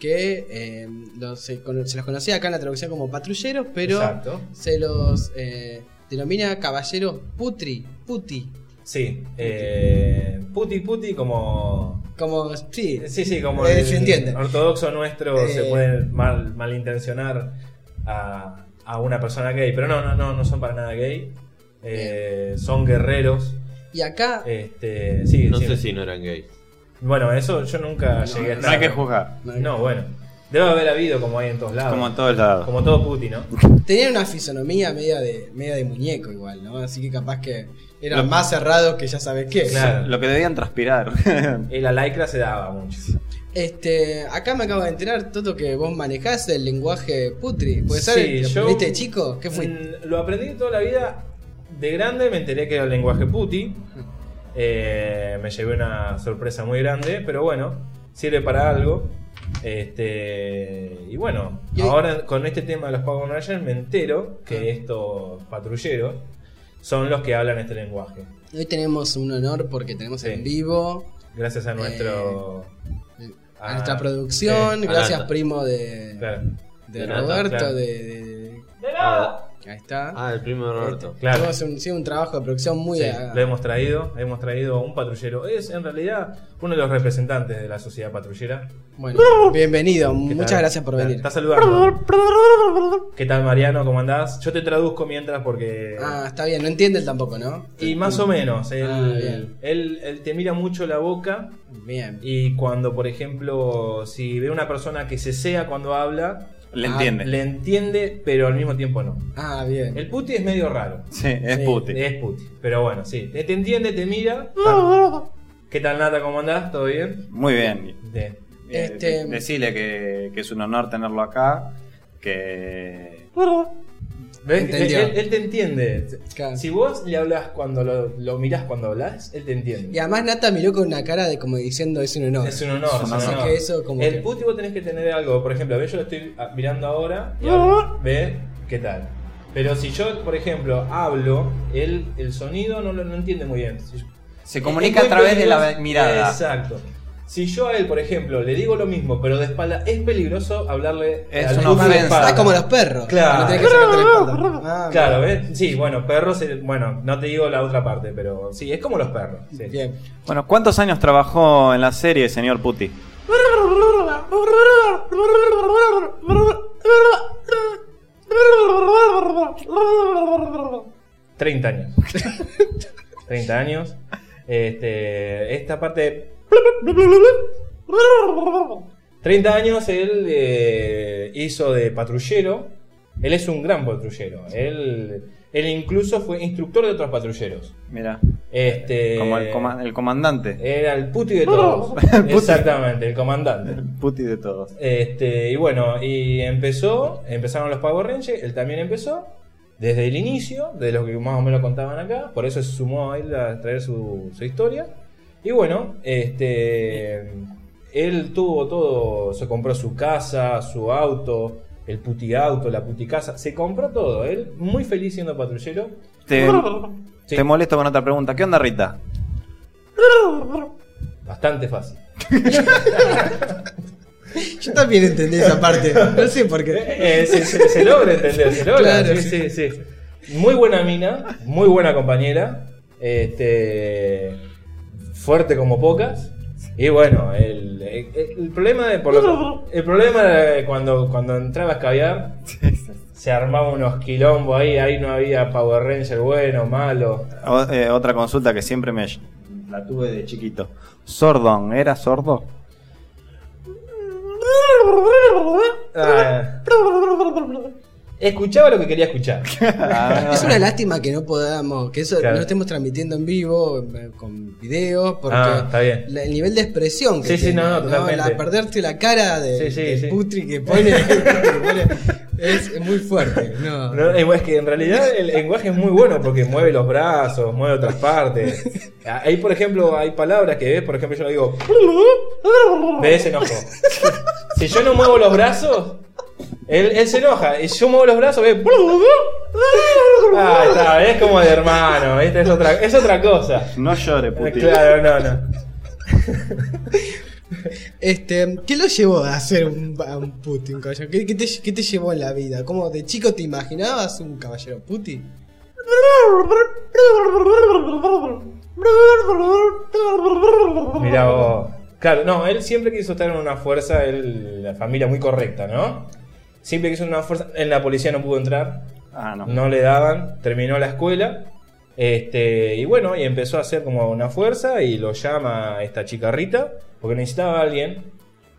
que eh, los- se, cono- se los conocía acá en la traducción como patrulleros, pero Exacto. se los eh, denomina caballeros putri, puti. Sí. eh, puti puti como. Como, sí, Sí, sí, como Eh, el se entiende. ortodoxo nuestro se Eh. puede mal, malintencionar a, a una persona gay, pero no, no, no, no son para nada gay. Eh, son guerreros. y acá... Este, sí, No sí. sé si no eran gays. Bueno, eso yo nunca llegué a No hay estar. que juzgar. No, bueno. Debe haber habido como hay en todos lados. Como en todos lados. Como todo puti, ¿no? Tenían una fisonomía media de, media de muñeco igual, ¿no? Así que capaz que eran Lo- más cerrados que ya sabes qué. Claro. Lo que debían transpirar. Y la lycra se daba mucho. Este, acá me acabo de enterar, Toto, que vos manejás el lenguaje putri. ¿Puede ser? Sí, Pues, ¿Lo yo- aprendiste de chico? ¿Qué fue? Mm, Lo aprendí toda la vida. De grande me enteré que era el lenguaje puti. Eh, me llevé una sorpresa muy grande, pero bueno, sirve para algo. Este, y bueno, Y Ah. hay- ahora con este tema de los Power Rangers me entero que estos patrulleros son los que hablan este lenguaje. Hoy tenemos un honor porque tenemos Sí. en vivo Gracias a nuestro. Eh, a nuestra Ah, producción. sí, a gracias, Nata. primo de, eh, Claro, de de Nata, Roberto. claro. de, de- ¡De nada! ahí está. Ah, el primo de Este. Roberto. Este, claro. Tenemos un, sí, un trabajo de producción muy. Sí, a- lo hemos traído, hemos traído a un patrullero. Es en realidad uno de los representantes de la sociedad patrullera. Bueno, bienvenido. ¿Qué Muchas tal? gracias por Está- venir. Está saludando. ¿Qué tal, Mariano? ¿Cómo andás? Yo te traduzco mientras porque. Ah, está bien, no entiende él tampoco, ¿no? y más o menos. Él, Ah, bien. él- él te mira mucho la boca. Bien. Y cuando, por ejemplo, si ve una persona que se sea cuando habla, Le Ah, entiende. le entiende, pero al mismo tiempo no. Ah, bien. El puti es medio raro. Sí, es Sí. puti. Es puti. Pero bueno, sí. Te, te entiende, te mira. ¿Qué tal, Nata? ¿Cómo andás? ¿Todo bien? Muy bien. Bien. Eh, Este- Decile que, que es un honor tenerlo acá. Que. ¿Ves? Entendió. Ah. Él, él te entiende. Claro. Si vos le hablas cuando lo, lo mirás cuando hablas, él te entiende. Y además Nata miró con una cara de como diciendo es un honor. Es un honor. Es Es un un honor. honor. Así que eso como el que- puti vos tenés que tener algo. Por ejemplo, a ver, yo lo estoy ah, mirando ahora y hablo. ve qué tal. Pero si yo, por ejemplo, hablo, él el sonido no lo no entiende muy bien. Si yo- Se comunica Es a través de peligroso- la mirada. Eh, Exacto. Si yo a él, por ejemplo, le digo lo mismo, pero de espalda, es peligroso hablarle Es al una turco de ofensa. espalda. Ah, como los perros. Claro. que no tenés que sacarte la espalda. Ah, Claro, ¿ves? Sí, bueno, perros, eh, bueno, no te digo la otra parte, pero sí, es como los perros. sí. Bien. Bueno, ¿cuántos años trabajó en la serie, señor Puti? Thank 30 años. 30 años. Este, esta parte... 30 años él eh, hizo de patrullero. Él es un gran patrullero. Él, él incluso fue instructor de otros patrulleros. Mira, Este, como el, coma- el comandante. Era el puti de todos. Puti. Exactamente, el comandante. El Puti de todos. Este, y bueno, y empezó, empezaron los Power Rangers, él también empezó, desde el inicio, de lo que más o menos contaban acá, por eso se sumó a él a traer su, su historia. Y bueno, este, él tuvo todo, se compró su casa, su auto, el puti auto, la puti casa, se compró todo, él muy feliz siendo patrullero. Te, Sí, te molesto con otra pregunta. ¿Qué onda, Rita? bastante fácil. Yo también entendí esa parte. No sé por qué. Eh, se, se- se logra entender, se logra. Claro, sí, sí, sí. Muy buena mina, muy buena compañera, este, fuerte como pocas. Y bueno, el, el- el problema de por lo que- el problema de cuando, cuando entraba a escabiar, se armaba unos quilombos ahí, ahí no había Power Ranger bueno, malo. O- eh, otra consulta que siempre me la tuve de chiquito. Sordon, ¿era sordo? Ah, escuchaba lo que quería escuchar. Ah, Es una lástima que no podamos, que eso Claro. no estemos transmitiendo en vivo, eh, con videos, porque Ah, está bien. la- el nivel de expresión que Sí, sí, tiene, no, no, totalmente. La, perderte la cara de, Sí, sí, del sí. putri que pone, que pone, es muy fuerte. No. No, eh. es que en realidad el lenguaje es muy bueno porque mueve los brazos, mueve otras partes. Ahí, por ejemplo, hay palabras que ves, por ejemplo, yo digo, ves, se enojó. Si yo no muevo los brazos, él, él se enoja. Y si yo muevo los brazos, ve, ah, está, es como de hermano, ¿viste? Es, otra, es otra cosa. no llore, Puti. Claro, no, no. Este, ¿Qué lo llevó a hacer un, a un puti, un caballero? ¿Qué, qué te, qué te llevó en la vida? ¿Cómo de chico te imaginabas un caballero puti? you. Mirá vos. Claro, no, él siempre quiso estar en una fuerza, él, la familia muy correcta, ¿no? Siempre quiso una fuerza, en la policía no pudo entrar, Ah, no. no le daban, terminó la escuela. Este, y bueno, y empezó a hacer como una fuerza y lo llama esta chica Rita, porque necesitaba a alguien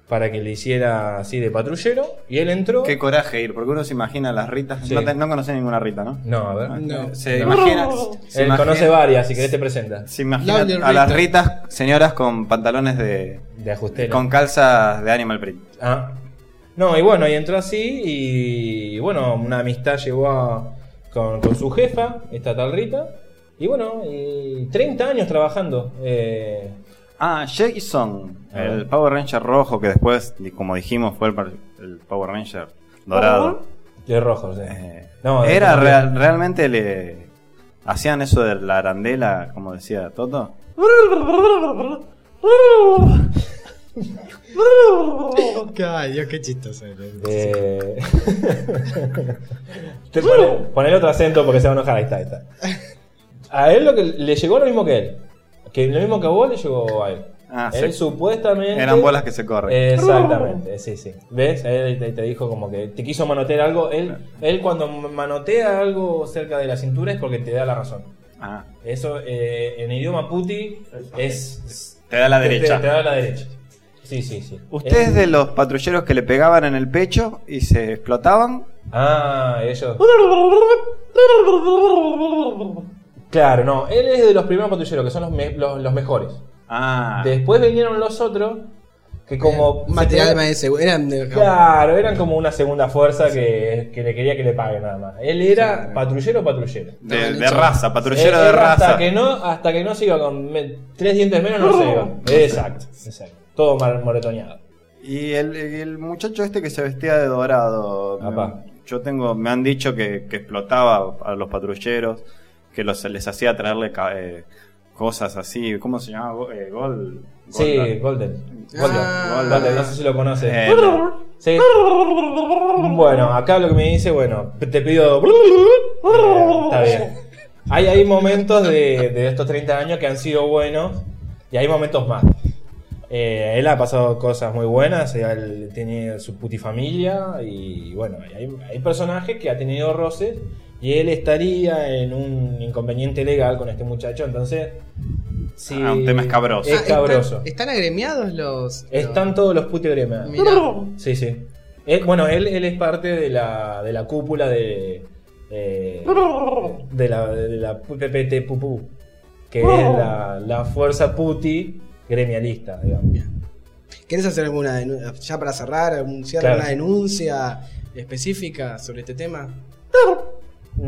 para que le hiciera así de patrullero. Y él entró. Qué coraje ir, porque uno se imagina las ritas. Sí. No, te- no conoce ninguna rita, ¿no? No, a ver. No. Se No. imagina. se él imagina- conoce varias, si querés te presenta. Se imagina Lovely a las Rita. ritas, señoras con pantalones de. De ajustero. con calzas de Animal Print. Ah. No, y bueno, y entró así y bueno, una amistad llegó a- con, con su jefa, esta tal Rita. Y bueno, y 30 años trabajando. eh, Ah, Jason, A el ver. Power Ranger rojo que después, di- como dijimos, fue el, par- el Power Ranger dorado. de rojo, sí. Eh, No, de- era real- realmente le hacían eso de la arandela, como decía Toto. Oh, Ay, Dios, qué chistoso. eres. de- Eh, Te pone- poner otro acento porque se va a enojar. Ahí está, ahí está. A él lo que le llegó lo mismo que él. Que lo mismo que a vos le llegó a él. Ah, él sí. supuestamente. Eran bolas que se corren. Exactamente, sí, sí. ¿Ves? Él te, te dijo como que te quiso manotear algo. Él, él cuando manotea algo cerca de la cintura es porque te da la razón. Ah, Eso eh, en idioma puti es... te da la te- te- derecha. Te, da la derecha. Sí, sí, sí. ¿Usted es Eh, de los patrulleros que le pegaban en el pecho y se explotaban? Ah, ellos... Claro, no. Él es de los primeros patrulleros, que son los, me- los, los mejores. Ah, Después vinieron los otros, que como... Un material Ah, más de seguro. Eran de- Claro, eran como una segunda fuerza que, que le quería que le paguen nada más. Él era Sí. patrullero, patrullero. de, Estaban de hechos- raza, patrullero Él- de él raza. Eh, Hasta que no, hasta que no se iba con me- tres dientes menos, no se iba. Exacto, exacto. Todo mal moretoneado. Y el, el muchacho este que se vestía de dorado. Apá. me- Yo tengo, me han dicho que, que explotaba a los patrulleros, que los, les hacía traerle ca- eh, cosas así, ¿cómo se llamaba? Go- eh, Gol. Sí, Golden. Goldar. Golden. Ah. Golden, no sé si lo conoces. Eh, Sí. Bueno, acá lo que me dice, bueno, te pido. Eh, Está bien. Hay, hay momentos de, de estos 30 años que han sido buenos y hay momentos más. Eh, él ha pasado cosas muy buenas, él tiene su puti familia y bueno, y hay, hay personajes que ha tenido roces y él estaría en un inconveniente legal con este muchacho, entonces... Sí, Ah, un tema escabroso. Es cabroso. ¿están, están agremiados los. Están todos los puti gremiados. Mirá. Sí, sí. Él- bueno, él, él es parte de la, de la cúpula de. eh, de la, de la PPT Pupú, que es la, la fuerza puti gremialista, digamos. ¿Querés hacer alguna denu- ya para cerrar, algún cierre, Claro. una denuncia específica sobre este tema?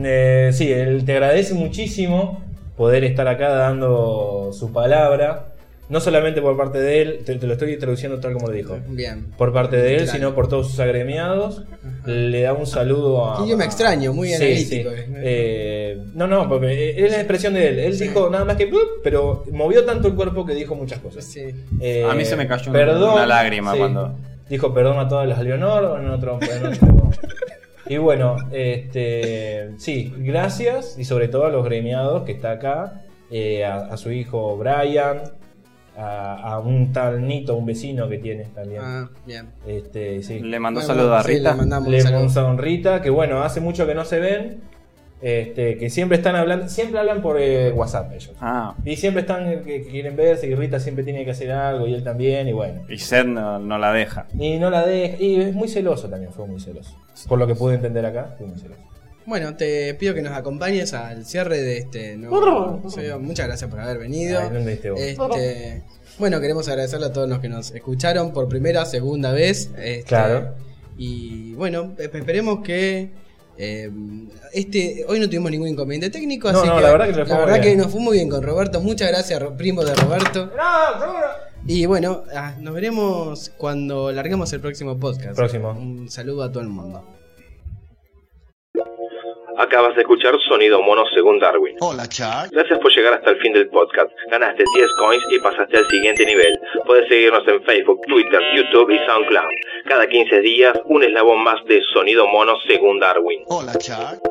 Eh, sí, él te agradece muchísimo poder estar acá dando su palabra, no solamente por parte de él, te, te lo estoy traduciendo tal como lo dijo. Bien. Por parte de él, Claro. sino por todos sus agremiados. Le da un saludo a. Qué idioma extraño, muy Sí, analítico, sí. eh. Eh, no, no, porque eh, es la expresión de él. Él Sí. dijo nada más que. "Blup", Pero movió tanto el cuerpo que dijo muchas cosas. Sí. Eh, A mí se me cayó un- perdón, una lágrima cuando- Dijo perdón a todas las Leonor en otro. en otro- y bueno, este, sí, gracias y sobre todo a los gremiados que está acá, eh, a, a su hijo Brian, a, a un tal Nito, un vecino que tiene también. Ah, bien. Este, sí. Le mandó Bueno, saludos a sí, Rita. le mandamos un Le saludo. Monza Rita, que bueno, hace mucho que no se ven, este, que siempre están hablando, siempre hablan por eh, WhatsApp ellos. Ah, Y siempre están eh, que, que quieren verse y Rita siempre tiene que hacer algo y él también y bueno. y Seth no, no la deja. Y no la deja, y es muy celoso también, fue muy celoso. Por lo que pude entender acá, fue muy celoso. Bueno, te pido que nos acompañes al cierre de este nuevo episodio. Muchas gracias por haber venido. Ay, ¿dónde esté vos? Este, bueno, queremos agradecerle a todos los que nos escucharon por primera, segunda vez. este, Claro. Y bueno, esp- esperemos que. eh, este, hoy no tuvimos ningún inconveniente técnico, No, así no, que la verdad que nos fue muy verdad bien. que nos fue muy bien con Roberto. Muchas gracias, Ro- primo de Roberto. No, seguro. Y bueno, ah, nos veremos cuando larguemos el próximo podcast. Próximo. Un saludo a todo el mundo. Acabas de escuchar Sonido Mono según Darwin. Hola, Charles. Gracias por llegar hasta el fin del podcast. Ganaste 10 coins y pasaste al siguiente nivel. Puedes seguirnos en Facebook, Twitter, YouTube y SoundCloud. Cada 15 días, un eslabón más de Sonido Mono según Darwin. Hola, Charles.